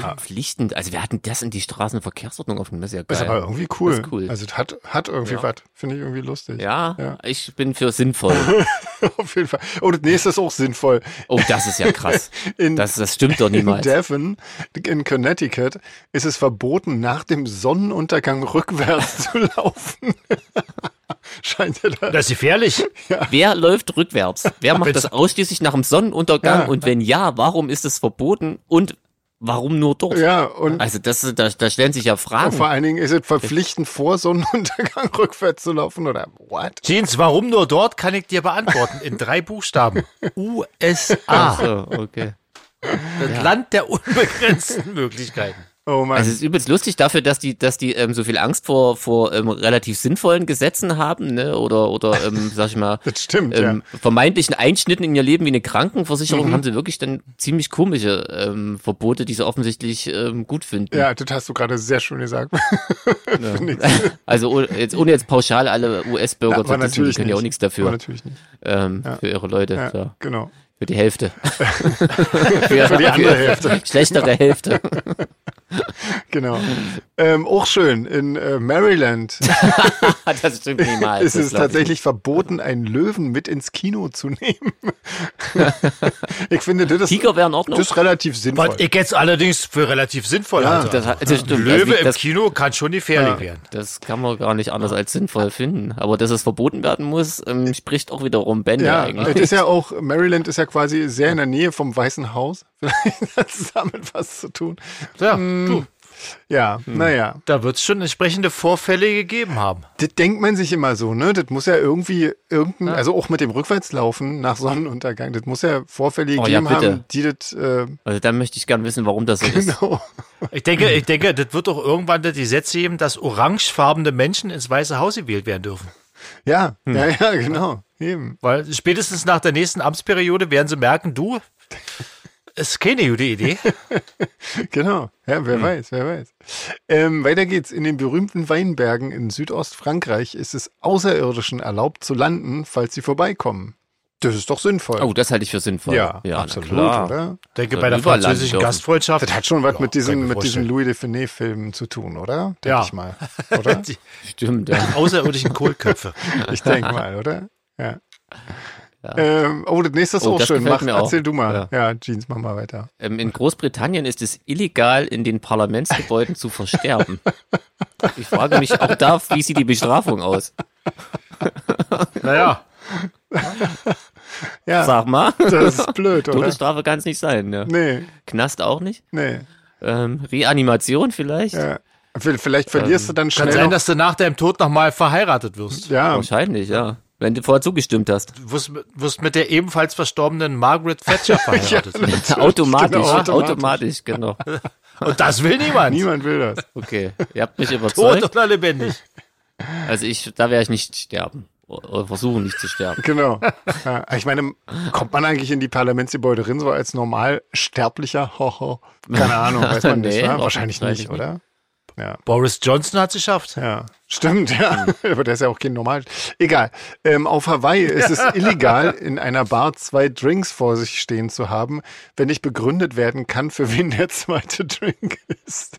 Verpflichtend. Also wir hatten das in die Straßenverkehrsordnung aufgenommen. Das ist ja geil. Ist aber irgendwie cool. Ist cool. Also, das hat, hat irgendwie Ja. was. Finde ich irgendwie lustig. ja, Ja. ich bin für sinnvoll. Auf jeden Fall. Und das nächste ist auch sinnvoll. Oh, das ist ja krass. In- das, das stimmt doch In niemals. Devon, in Connecticut, ist es verboten, nach dem Sonnenuntergang rückwärts zu laufen. Scheint ja da. das ist gefährlich. Wer läuft rückwärts? Wer macht das ausschließlich nach dem Sonnenuntergang? Ja. Und wenn ja, warum ist es verboten? Und warum nur dort? Ja, und Also das, ist- da, da stellen sich ja Fragen. vor allen Dingen ist es verpflichtend, vor Sonnenuntergang rückwärts zu laufen, oder? What? Jeans, warum nur dort, kann ich dir beantworten. In drei Buchstaben. Ach USA. Ah. so, okay. Das Land der unbegrenzten Möglichkeiten. Oh Mann. Also es ist übelst lustig dafür, dass die, dass die ähm, so viel Angst vor, vor ähm, relativ sinnvollen Gesetzen haben, ne? Oder oder ähm, sag ich mal, Das stimmt, Mhm. ähm, vermeintlichen Einschnitten in ihr Leben wie eine Krankenversicherung haben sie wirklich dann ziemlich komische ähm, Verbote, die sie offensichtlich ähm, gut finden. ja. Ja, das hast du gerade sehr schön gesagt. Finde ich. Also oh- jetzt, ohne jetzt pauschal alle US-Bürger Aber zu dissen, die können ja auch nichts Aber dafür. natürlich nicht. Ähm, Für ihre Leute, Ja, ja. Genau. für die Hälfte. Für die andere Hälfte. Schlechtere Hälfte. Genau. Ähm, auch schön. In äh, Maryland das stimmt niemals. ist es das glaub ich nicht. tatsächlich verboten, einen Löwen mit ins Kino zu nehmen. ich finde, das ist, Tiger wäre in Ordnung. das ist relativ sinnvoll. Was ich jetzt allerdings für relativ sinnvoll Ja, halte. Das, das stimmt. Also, Löwe im das, Kino kann schon gefährlich Ja. werden. das kann man gar nicht anders als sinnvoll finden. Aber dass es verboten werden muss, ähm, spricht auch wiederum Bände Ja, es eigentlich. ist ja auch, Maryland ist ja quasi sehr in der Nähe vom Weißen Haus. Vielleicht hat es damit was zu tun. Ja, du, Ja, Hm. naja. da wird es schon entsprechende Vorfälle gegeben haben. Das denkt man sich immer so, ne? Das muss ja irgendwie irgendein, also auch mit dem Rückwärtslaufen nach Sonnenuntergang, das muss ja Vorfälle Oh ja, gegeben bitte. haben, die das, äh, Also dann möchte ich gern wissen, warum das so ist. genau. Ich denke, ich denke, das wird doch irgendwann das Gesetz geben, dass orangefarbene Menschen ins Weiße Haus gewählt werden dürfen. Ja, Hm. ja, ja, genau. Eben. Weil spätestens nach der nächsten Amtsperiode werden sie merken, du, ist keine gute Idee. Genau. Ja, Hm. wer weiß, wer weiß. Ähm, weiter geht's. In den berühmten Weinbergen in Südostfrankreich ist es Außerirdischen erlaubt zu landen, falls sie vorbeikommen. Das ist doch sinnvoll. Oh, das halte ich für sinnvoll. ja, ja absolut, na klar. oder? Ich denke, Ja, bei der überall landen französischen dürfen. Gastfreundschaft. Das hat schon was Ja, mit kann ich diesen, mir mit diesen vorstellen. Louis de Finet-Filmen zu tun, oder? Denke Ja. ich mal. Oder? Die Stimmt, ja. außerirdischen Kohlköpfe. Ich denke mal, oder? Ja. Ähm, oh, das nächste ist Oh, auch das schön. gefällt Mach, mir auch. erzähl du mal. Ja. Jeans, mach mal weiter. Ähm, in Großbritannien ist es illegal, in den Parlamentsgebäuden zu versterben. Ich frage mich auch da, wie sieht die Bestrafung aus? Naja, Ja, Sag mal, das ist blöd, oder? Todesstrafe kann es nicht sein. Ne? Nee, Knast auch nicht. nee. Ähm, Reanimation vielleicht? Ja. Vielleicht Ähm, verlierst du dann kann schnell. sein, noch- dass du nach deinem Tod nochmal verheiratet wirst. Oh, ja, Wahrscheinlich, ja. Wenn du vorher zugestimmt hast. Du wirst, mit- wirst mit der ebenfalls verstorbenen Margaret Thatcher verheiratet. automatisch, genau, automatisch, automatisch. genau. Und das will niemand. niemand will das. Okay, ihr habt mich Tot überzeugt. oder lebendig. Also ich, da werde ich nicht sterben. Oder versuchen nicht zu sterben. Genau. Ja, ich meine, kommt man eigentlich in die Parlamentsgebäude rein, so als normal Sterblicher? Hoho. Keine Ahnung, weiß man Nee, nicht, wa? auch Wahrscheinlich weiß nicht, ich oder? Boris Johnson hat es geschafft. Ja, stimmt, ja. Hm. Aber der ist ja auch kein normal. Egal. Ähm, auf Hawaii ist es illegal, in einer Bar zwei Drinks vor sich stehen zu haben, wenn nicht begründet werden kann, für wen der zweite Drink ist.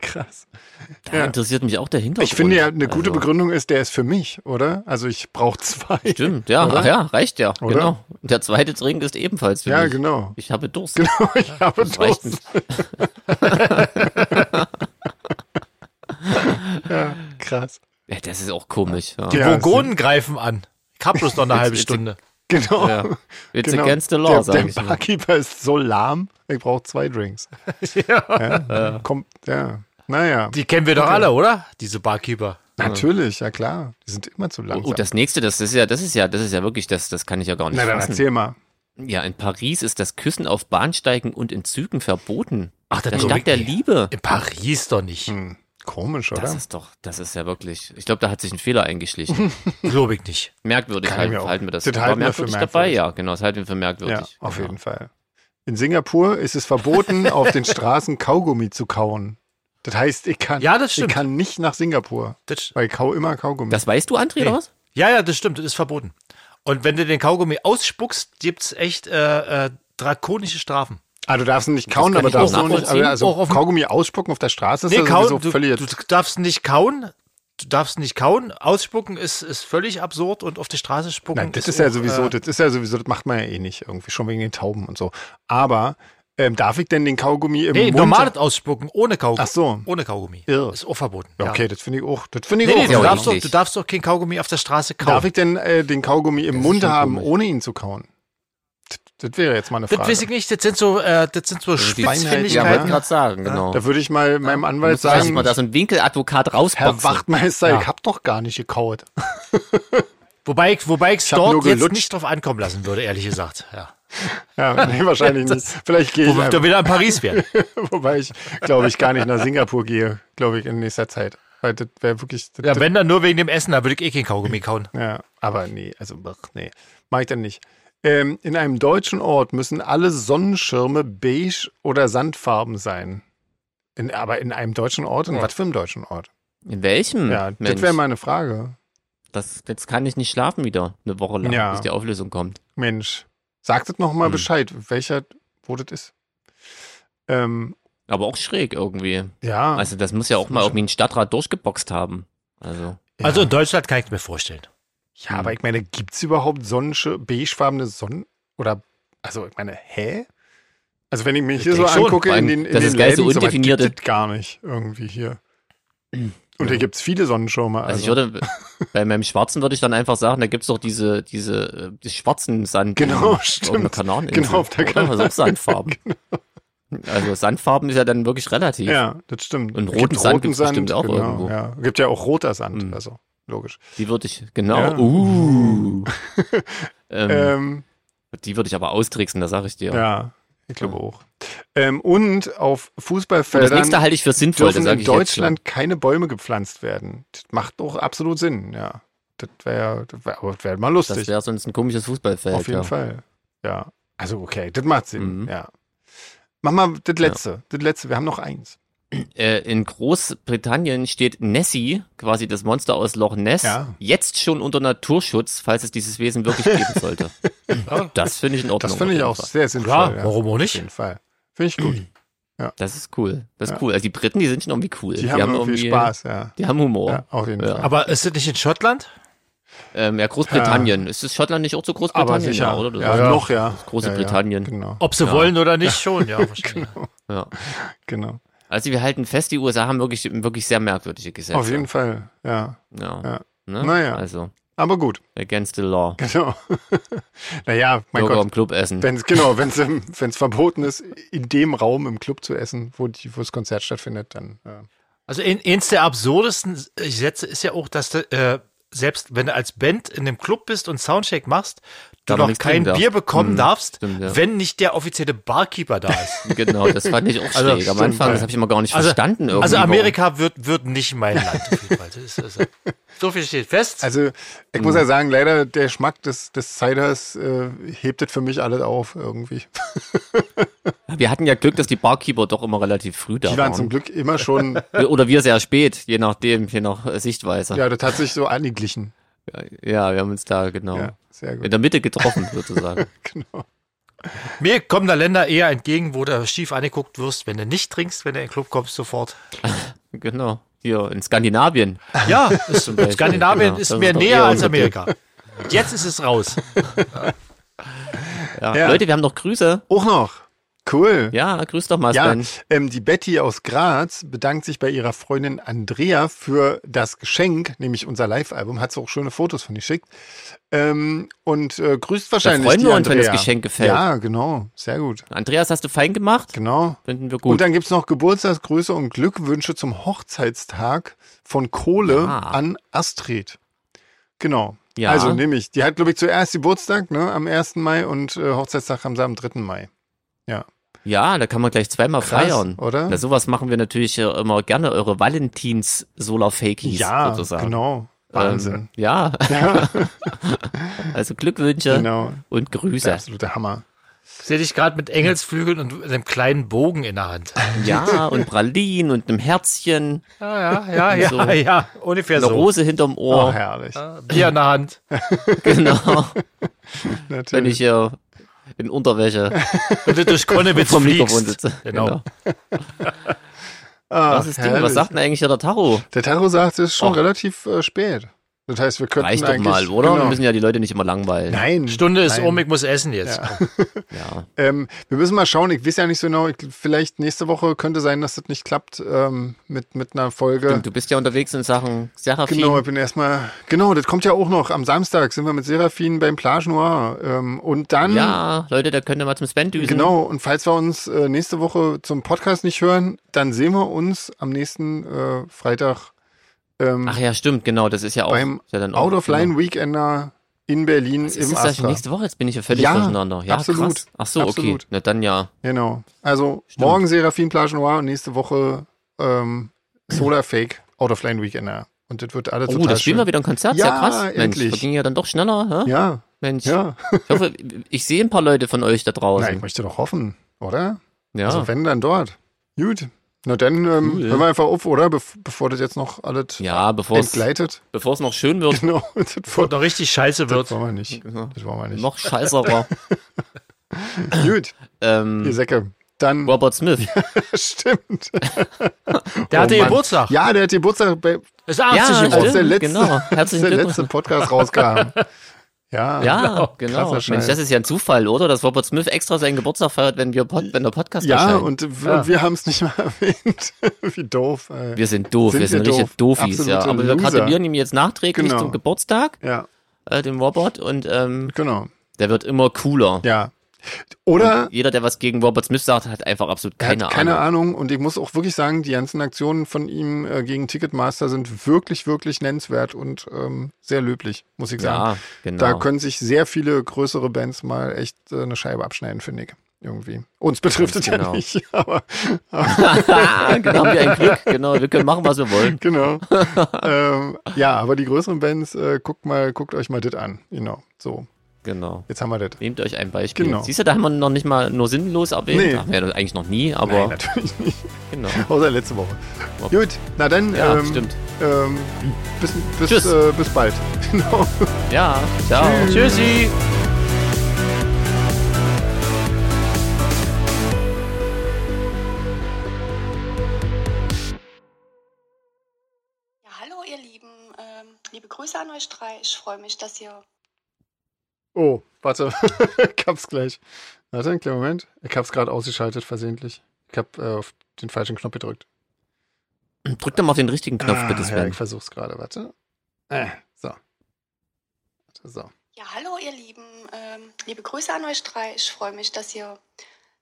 Krass. Da interessiert mich auch der Hintergrund. Ich finde ja, eine gute Also, Begründung ist, der ist für mich, oder? Also ich brauche zwei. Stimmt, ja, Oder? ach ja, reicht ja, Oder? genau. Und der zweite Drink ist ebenfalls für Ja, mich. genau. Ich habe Durst. Genau, ich habe Das Durst. reicht nicht. Krass. Ja, das ist auch komisch. Ja. Die Ja, Burgonen greifen an. Ich hab bloß noch eine halbe Jetzt- jetzt- Stunde. Genau. Ja. It's genau. against the der, law, sag ich Der mal. Barkeeper ist so lahm, ich brauche zwei Drinks. ja. Kommt, ja. Naja. Die kennen wir doch alle, oder? Diese Barkeeper. Natürlich, ja klar. Die sind immer zu langsam. Oh, das nächste, das ist ja, das ist ja, das ist ja wirklich, das, das kann ich ja gar nicht Na, dann fassen. erzähl mal. Ja, in Paris ist das Küssen auf Bahnsteigen und in Zügen verboten. Ach, das der ist doch Stadt der wirklich- Liebe. In Paris doch nicht. Hm, komisch, Das oder? ist doch, das ist ja wirklich. Ich glaube, da hat sich ein Fehler eingeschlichen. Glaube ich nicht. merkwürdig Kann ich halten, mir auch- halten wir das. das War halten wir für merkwürdig dabei, merkwürdig. ja, genau, das halten wir für Ja, merkwürdig. auf genau. jeden Fall. In Singapur ist es verboten, auf den Straßen Kaugummi zu kauen. Das heißt, ich kann, Ja, das ich stimmt. kann nicht nach Singapur, Das, weil ich kau immer Kaugummi. Das weißt du, André, oder was? ja, ja, das stimmt. Das ist verboten. Und wenn du den Kaugummi ausspuckst, gibt's echt äh, äh, drakonische Strafen. ah, du darfst ihn nicht kauen, kann aber ich auch darfst auch nicht, nachvollziehen. aber also Auch auf- Kaugummi ausspucken auf der Straße ist Nee, ja kauen, sowieso du, völlig du darfst nicht kauen. Du darfst nicht kauen. Ausspucken ist, ist völlig absurd und auf die Straße spucken. Nein, das ist ja auch, sowieso, äh, das ist ja sowieso, das macht man ja eh nicht irgendwie, schon wegen den Tauben und so. Aber ähm, darf ich denn den Kaugummi im Nee, Mund? normales Ausspucken, ohne Kaugummi. Ach so. Ohne Kaugummi. Ist auch verboten. Ja, Okay, das finde ich auch. Das finde Nee, ich nee, auch. du, Ja, darf, darfst doch, richtig. du darfst doch kein Kaugummi auf der Straße kaufen. darf ich denn äh, den Kaugummi im Mund schon haben, komisch. ohne ihn zu kauen? Das, das wäre jetzt mal eine das Frage. weiß ich nicht, das sind so, äh, das sind so Also die Also Ja, Ja, wollte Spitzfindigkeiten. gerade sagen, genau. Da würde ich mal meinem Anwalt Muss ich sagen, mal da so ein Winkeladvokat Herr rausboxen. Wachtmeister, Ja. ich habe doch gar nicht gekaut. wobei ich, wobei ich's hab nur dort jetzt gelutscht. nicht drauf ankommen lassen würde, ehrlich gesagt. Ja. Ja, nee, wahrscheinlich nicht. Vielleicht gehe Wo ich, wir da einfach, wieder in Paris wären. wobei ich, glaube ich, gar nicht nach Singapur gehe, glaube ich, in nächster Zeit. Weil das wäre wirklich, das, Ja, wenn dann nur wegen dem Essen, da würde ich eh kein Kaugummi kauen. Ja, aber nee, also ach, nee, mach ich dann nicht. Ähm, in einem deutschen Ort müssen alle Sonnenschirme beige oder sandfarben sein. In, aber in einem deutschen Ort? In was für einem deutschen Ort? In welchem? Ja, Hm, Mensch? das wäre meine Frage. Das, jetzt kann ich nicht schlafen wieder, eine Woche lang, Ja. bis die Auflösung kommt. Mensch, sagt das nochmal Hm. Bescheid, welcher, wo das ist. Ähm, Aber auch schräg irgendwie. ja. Also das muss ja auch Ah. Das mal muss irgendwie ein Stadtrat durchgeboxt haben. Also ja. Also in Deutschland kann ich mir vorstellen. Hm. ja, aber ich meine, gibt es überhaupt Sonnenschir beigefarbene Sonnen? Oder, also ich meine, hä? Also wenn ich mir hier so denk schon, angucke, vor in den, allem, in das den ist geil, so Läden, so weit gibt undefinierte- es gar nicht irgendwie hier. Und Ja. hier gibt es viele Sonnenschirme. Also ich Also. würde, bei meinem Schwarzen würde ich dann einfach sagen, da gibt's doch diese, diese, äh, die schwarzen Sand. Genau, auf irgendeiner stimmt. Kanareninsel. Genau, auf der Genau. Oder? Das ist auch Sandfarben. Also Sandfarben ist ja dann wirklich relativ. ja, das stimmt. Und Es roten gibt Sand gibt's bestimmt auch genau, irgendwo. Ja. Gibt ja auch roter Sand, Mhm. also logisch. Die würde ich, genau, Ja. uh. ähm, Ähm, die würde ich aber austricksen, das sage ich dir. ja. ich glaube auch. Ähm, und auf Und das Fußballfeldern nächste halte ich für halt sinnvoll, das dürfen sage in ich jetzt schon. Deutschland keine Bäume gepflanzt werden. Das macht doch absolut Sinn, ja. Das wäre wär, aber das wär mal Das lustig. wäre sonst ein komisches Fußballfeld. auf jeden ja. Fall. Ja. Also okay, das macht Sinn, Mhm. ja. Mach mal das letzte, das letzte, wir haben noch eins. äh, in Großbritannien steht Nessie, quasi das Monster aus Loch Ness, Ja. jetzt schon unter Naturschutz, falls es dieses Wesen wirklich geben sollte. das finde ich in Ordnung. Das finde ich auf auch jeden Fall. sehr sinnvoll. Klar, warum auch Auf nicht? jeden Fall. Finde ich gut. Das ist cool. Das ist Ja. cool. Also die Briten, die sind schon irgendwie cool. Die, haben, irgendwie, Spaß, ja. Die haben Humor. ja. Auf jeden Ja. Fall. Aber ist das nicht in Schottland? Ähm, ja, Großbritannien. Ist das Schottland nicht auch zu Großbritannien? Ja, oder? Das Ja, ist noch, ja. Das große ja, Britannien. Ja, genau, Ob sie Ja. wollen oder nicht, schon, ja. wahrscheinlich. Ja. genau. Also wir halten fest, die USA haben wirklich, wirklich sehr merkwürdige Gesetze. Auf jeden Fall, ja. Ja. Ja. Ne? Naja. Also, Aber gut, against the law. genau. naja, mein Burger Gott. im Club essen. Wenn's, genau, wenn es verboten ist, in dem Raum im Club zu essen, wo die- wo das Konzert stattfindet, dann. Äh, Also ein, eins der absurdesten Sätze ist ja auch, dass du, äh, selbst wenn du als Band in einem Club bist und Soundcheck machst, du Darf man noch nichts kein trinken darf. Bier bekommen Hm, darfst, stimmt, ja. wenn nicht der offizielle Barkeeper da ist. Genau, das fand ich auch schräg. Am Also, stimmt, Anfang, ja. das habe ich immer gar nicht verstanden. Irgendwie, also warum- Amerika wird, wird nicht mein Land. auf jeden Fall. Das ist, also, so viel steht fest. also, ich Mhm. muss ja sagen, leider der Geschmack des, des Ciders äh, hebt das für mich alles auf irgendwie. Wir hatten ja Glück, dass die Barkeeper doch immer relativ früh da Die waren waren. zum Glück immer schon, Oder wir sehr spät, je nachdem, je nach äh, Sichtweise. Ja, ja, das hat sich so angeglichen. wir haben uns da genau Ja, sehr in gut. der Mitte getroffen, sozusagen. Genau. Mir kommen da Länder eher entgegen, wo du schief angeguckt wirst, wenn du nicht trinkst, wenn du in den Club kommst, sofort. genau. Hier in Skandinavien. Ja, ist, Zum Beispiel, Skandinavien genau. ist Das mir doch näher eher als unser Ding. Amerika. Jetzt ist es raus. Ja. Ja. Leute, wir haben noch Grüße. Auch noch. Cool. Ja, grüß doch mal, Ja, Sven. ähm, die Betty aus Graz bedankt sich bei ihrer Freundin Andrea für das Geschenk, nämlich unser Live-Album. Hat sie auch schöne Fotos von geschickt. Ähm, und äh, grüßt wahrscheinlich. freuen die wir uns, wenn das Andrea. Geschenk gefällt. Ja, genau. Sehr gut. Andreas, hast du fein gemacht? Genau. Finden wir Und gut. dann gibt's noch Geburtstagsgrüße und Glückwünsche zum Hochzeitstag von Kohle Ah. an Astrid. Genau. Ja. Also nehme ich. Die hat, glaube ich, zuerst Geburtstag ne, am 1. Mai und äh, Hochzeitstag haben sie am 3. Mai. Ja, da kann man gleich zweimal Krass, feiern. oder? Na, sowas machen wir natürlich äh, immer gerne, eure Valentins-Solar-Fakies ja, sozusagen. genau. Wahnsinn. Ähm, ja, Ja, also Glückwünsche genau. und Der Grüße. absolute Hammer. Sehe dich gerade mit Engelsflügeln und einem kleinen Bogen in der Hand. Ja, und Pralinen und einem Herzchen, Ja, ja, ja, ja, So. ja, ungefähr eine so. Rose hinterm Oh, Ohr. herrlich. Ja, Bier in der Hand. genau, wenn ich Natürlich. hier in Unterwäsche Wenn du durch Konnewitz vom Mikrofon fliegst. sitze. Genau. Ah, Was ist Ding? herrlich. Was sagt denn eigentlich hier der Tarot? Der Tarot sagt, es ist schon Och. relativ äh, spät. Das heißt, wir könnten Reicht doch eigentlich... mal, oder? Wir Genau. müssen ja die Leute nicht immer langweilen. Nein. Stunde ist nein. um, ich muss essen jetzt. Ja. Ähm, wir müssen mal schauen, ich weiß ja nicht so genau, ich, vielleicht nächste Woche könnte sein, dass das nicht klappt ähm, mit, mit einer Folge. Du bist ja unterwegs in Sachen Serafin. Genau, ich bin erstmal, genau, das kommt ja auch noch. Am Samstag sind wir mit Serafin beim Plage Noir. Ähm, und dann, Hm. Ja, Leute, da könnt ihr mal zum Sven düsen. genau, und falls wir uns äh, nächste Woche zum Podcast nicht hören, dann sehen wir uns am nächsten äh, Freitag ähm, Ach ja, stimmt, genau. Das ist ja auch. beim ist ja dann auch, Out of Line Weekender in Berlin im Genau. ist Genau. das Astra. denn nächste Woche? Jetzt bin ich ja völlig Ja, durcheinander. Ja, absolut. Krass. Ach so, Absolut. okay. Na dann ja. Genau. Also Stimmt. morgen Serafin Plage Noir und nächste Woche ähm, Solar Fake Out of Line Weekender. Und das wird alles Oh, total da spielen schön. wir wieder ein Konzert. Ja, Ja, krass. endlich. Mensch, das ging ja dann doch schneller. Hä? Ja, Mensch, ja. ich hoffe, ich sehe ein paar Leute von euch da draußen. Na, ich möchte doch hoffen, oder? ja. Also wenn, dann dort. Gut. Na dann ähm, Cool. hören wir einfach auf, oder? Bef bevor das jetzt noch alles ja, bevor es entgleitet. bevor es noch schön wird, Genau. Das, Und wollen- noch richtig scheiße das wird. wollen wir nicht. Das wollen wir nicht. noch scheißerer. Gut, ihr ähm, Säcke. Dann, Robert Smith. stimmt. Der hatte Oh Mann. Geburtstag. Ja, der hat Geburtstag, bei, Ist 80 stimmt, Uhr. Aus der letzten- genau. als Herzlichen der Glückwunsch. letzte Podcast rauskam. Ja, Ja, genau. Krasser Scheiß. Mensch, das ist ja ein Zufall, oder? Dass Robert Smith extra seinen Geburtstag feiert, wenn, wir Pod wenn der Podcast Ja, erscheint. und, w- Ja. und wir haben es nicht mal erwähnt. Wie doof. Ey. wir sind doof, Sind wir sind wir richtig doof. Doofies, ja. Absolute Aber wir Loser. gratulieren ihm jetzt nachträglich Genau. zum Geburtstag, Ja, äh, dem Robert, und ähm, genau. der wird immer cooler. Ja. Oder Jeder, der was gegen Robert Smith sagt, hat einfach absolut er keine, hat keine Ahnung. Ahnung. Und ich muss auch wirklich sagen, die ganzen Aktionen von ihm äh, gegen Ticketmaster sind wirklich, wirklich nennenswert und ähm, sehr löblich, muss ich sagen. Ja, genau. Da können sich sehr viele größere Bands mal echt äh, eine Scheibe abschneiden, finde ich. Irgendwie. Uns betrifft es genau. ja nicht, aber genau, haben wir ein Glück. Genau, wir können machen, was wir wollen. genau. ähm, ja, aber die größeren Bands, äh, guckt mal, guckt euch mal das an. Genau. So, Genau. jetzt haben wir das. Nehmt euch ein Beispiel. Genau. Siehst du, da haben wir noch nicht mal nur sinnlos erwähnt. Nee. Haben wir ja eigentlich noch nie, aber Nein, natürlich nicht. genau. Außer letzte Woche. Gut, na dann. Ja, ähm, stimmt. Ähm, bis, bis, Tschüss. äh, bis bald. Genau. Ja, ciao. Tschüssi. Ja, hallo ihr Lieben. Ähm, liebe Grüße an euch drei. Ich freue mich, dass ihr Oh, warte. ich hab's gleich. Warte, einen kleinen Moment. Ich hab's gerade ausgeschaltet, versehentlich. Ich hab äh, auf den falschen Knopf gedrückt. Drück doch mal auf den richtigen Knopf, Ah, bitte, Ja, Sven. ich versuch's gerade, warte. Äh, so. Warte, so. Ja, hallo ihr Lieben. Ähm, liebe Grüße an euch drei. Ich freue mich, dass ihr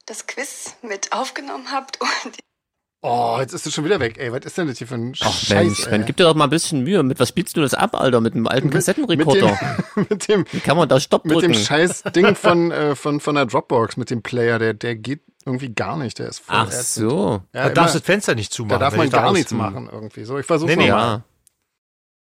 das Quiz mit aufgenommen habt. Und Oh, jetzt ist es schon wieder weg. Ey, was ist denn das hier für ein Ach Scheiß? Mensch, ey? Sven, gib dir doch mal ein bisschen Mühe. Mit was spielst du das ab, Alter? Mit einem alten Kassettenrekorder? mit dem, Wie kann man da Stopp mit dem drücken? scheiß Ding von, äh, von, von der Dropbox, mit dem Player, der, der geht irgendwie gar nicht. Der ist voll Ach ätzend. so. Ja, Da immer- darfst du das Fenster nicht zumachen. Da darf wenn man ich da gar raus- nichts machen irgendwie. So, ich versuche Nee, nee. mal. Ja.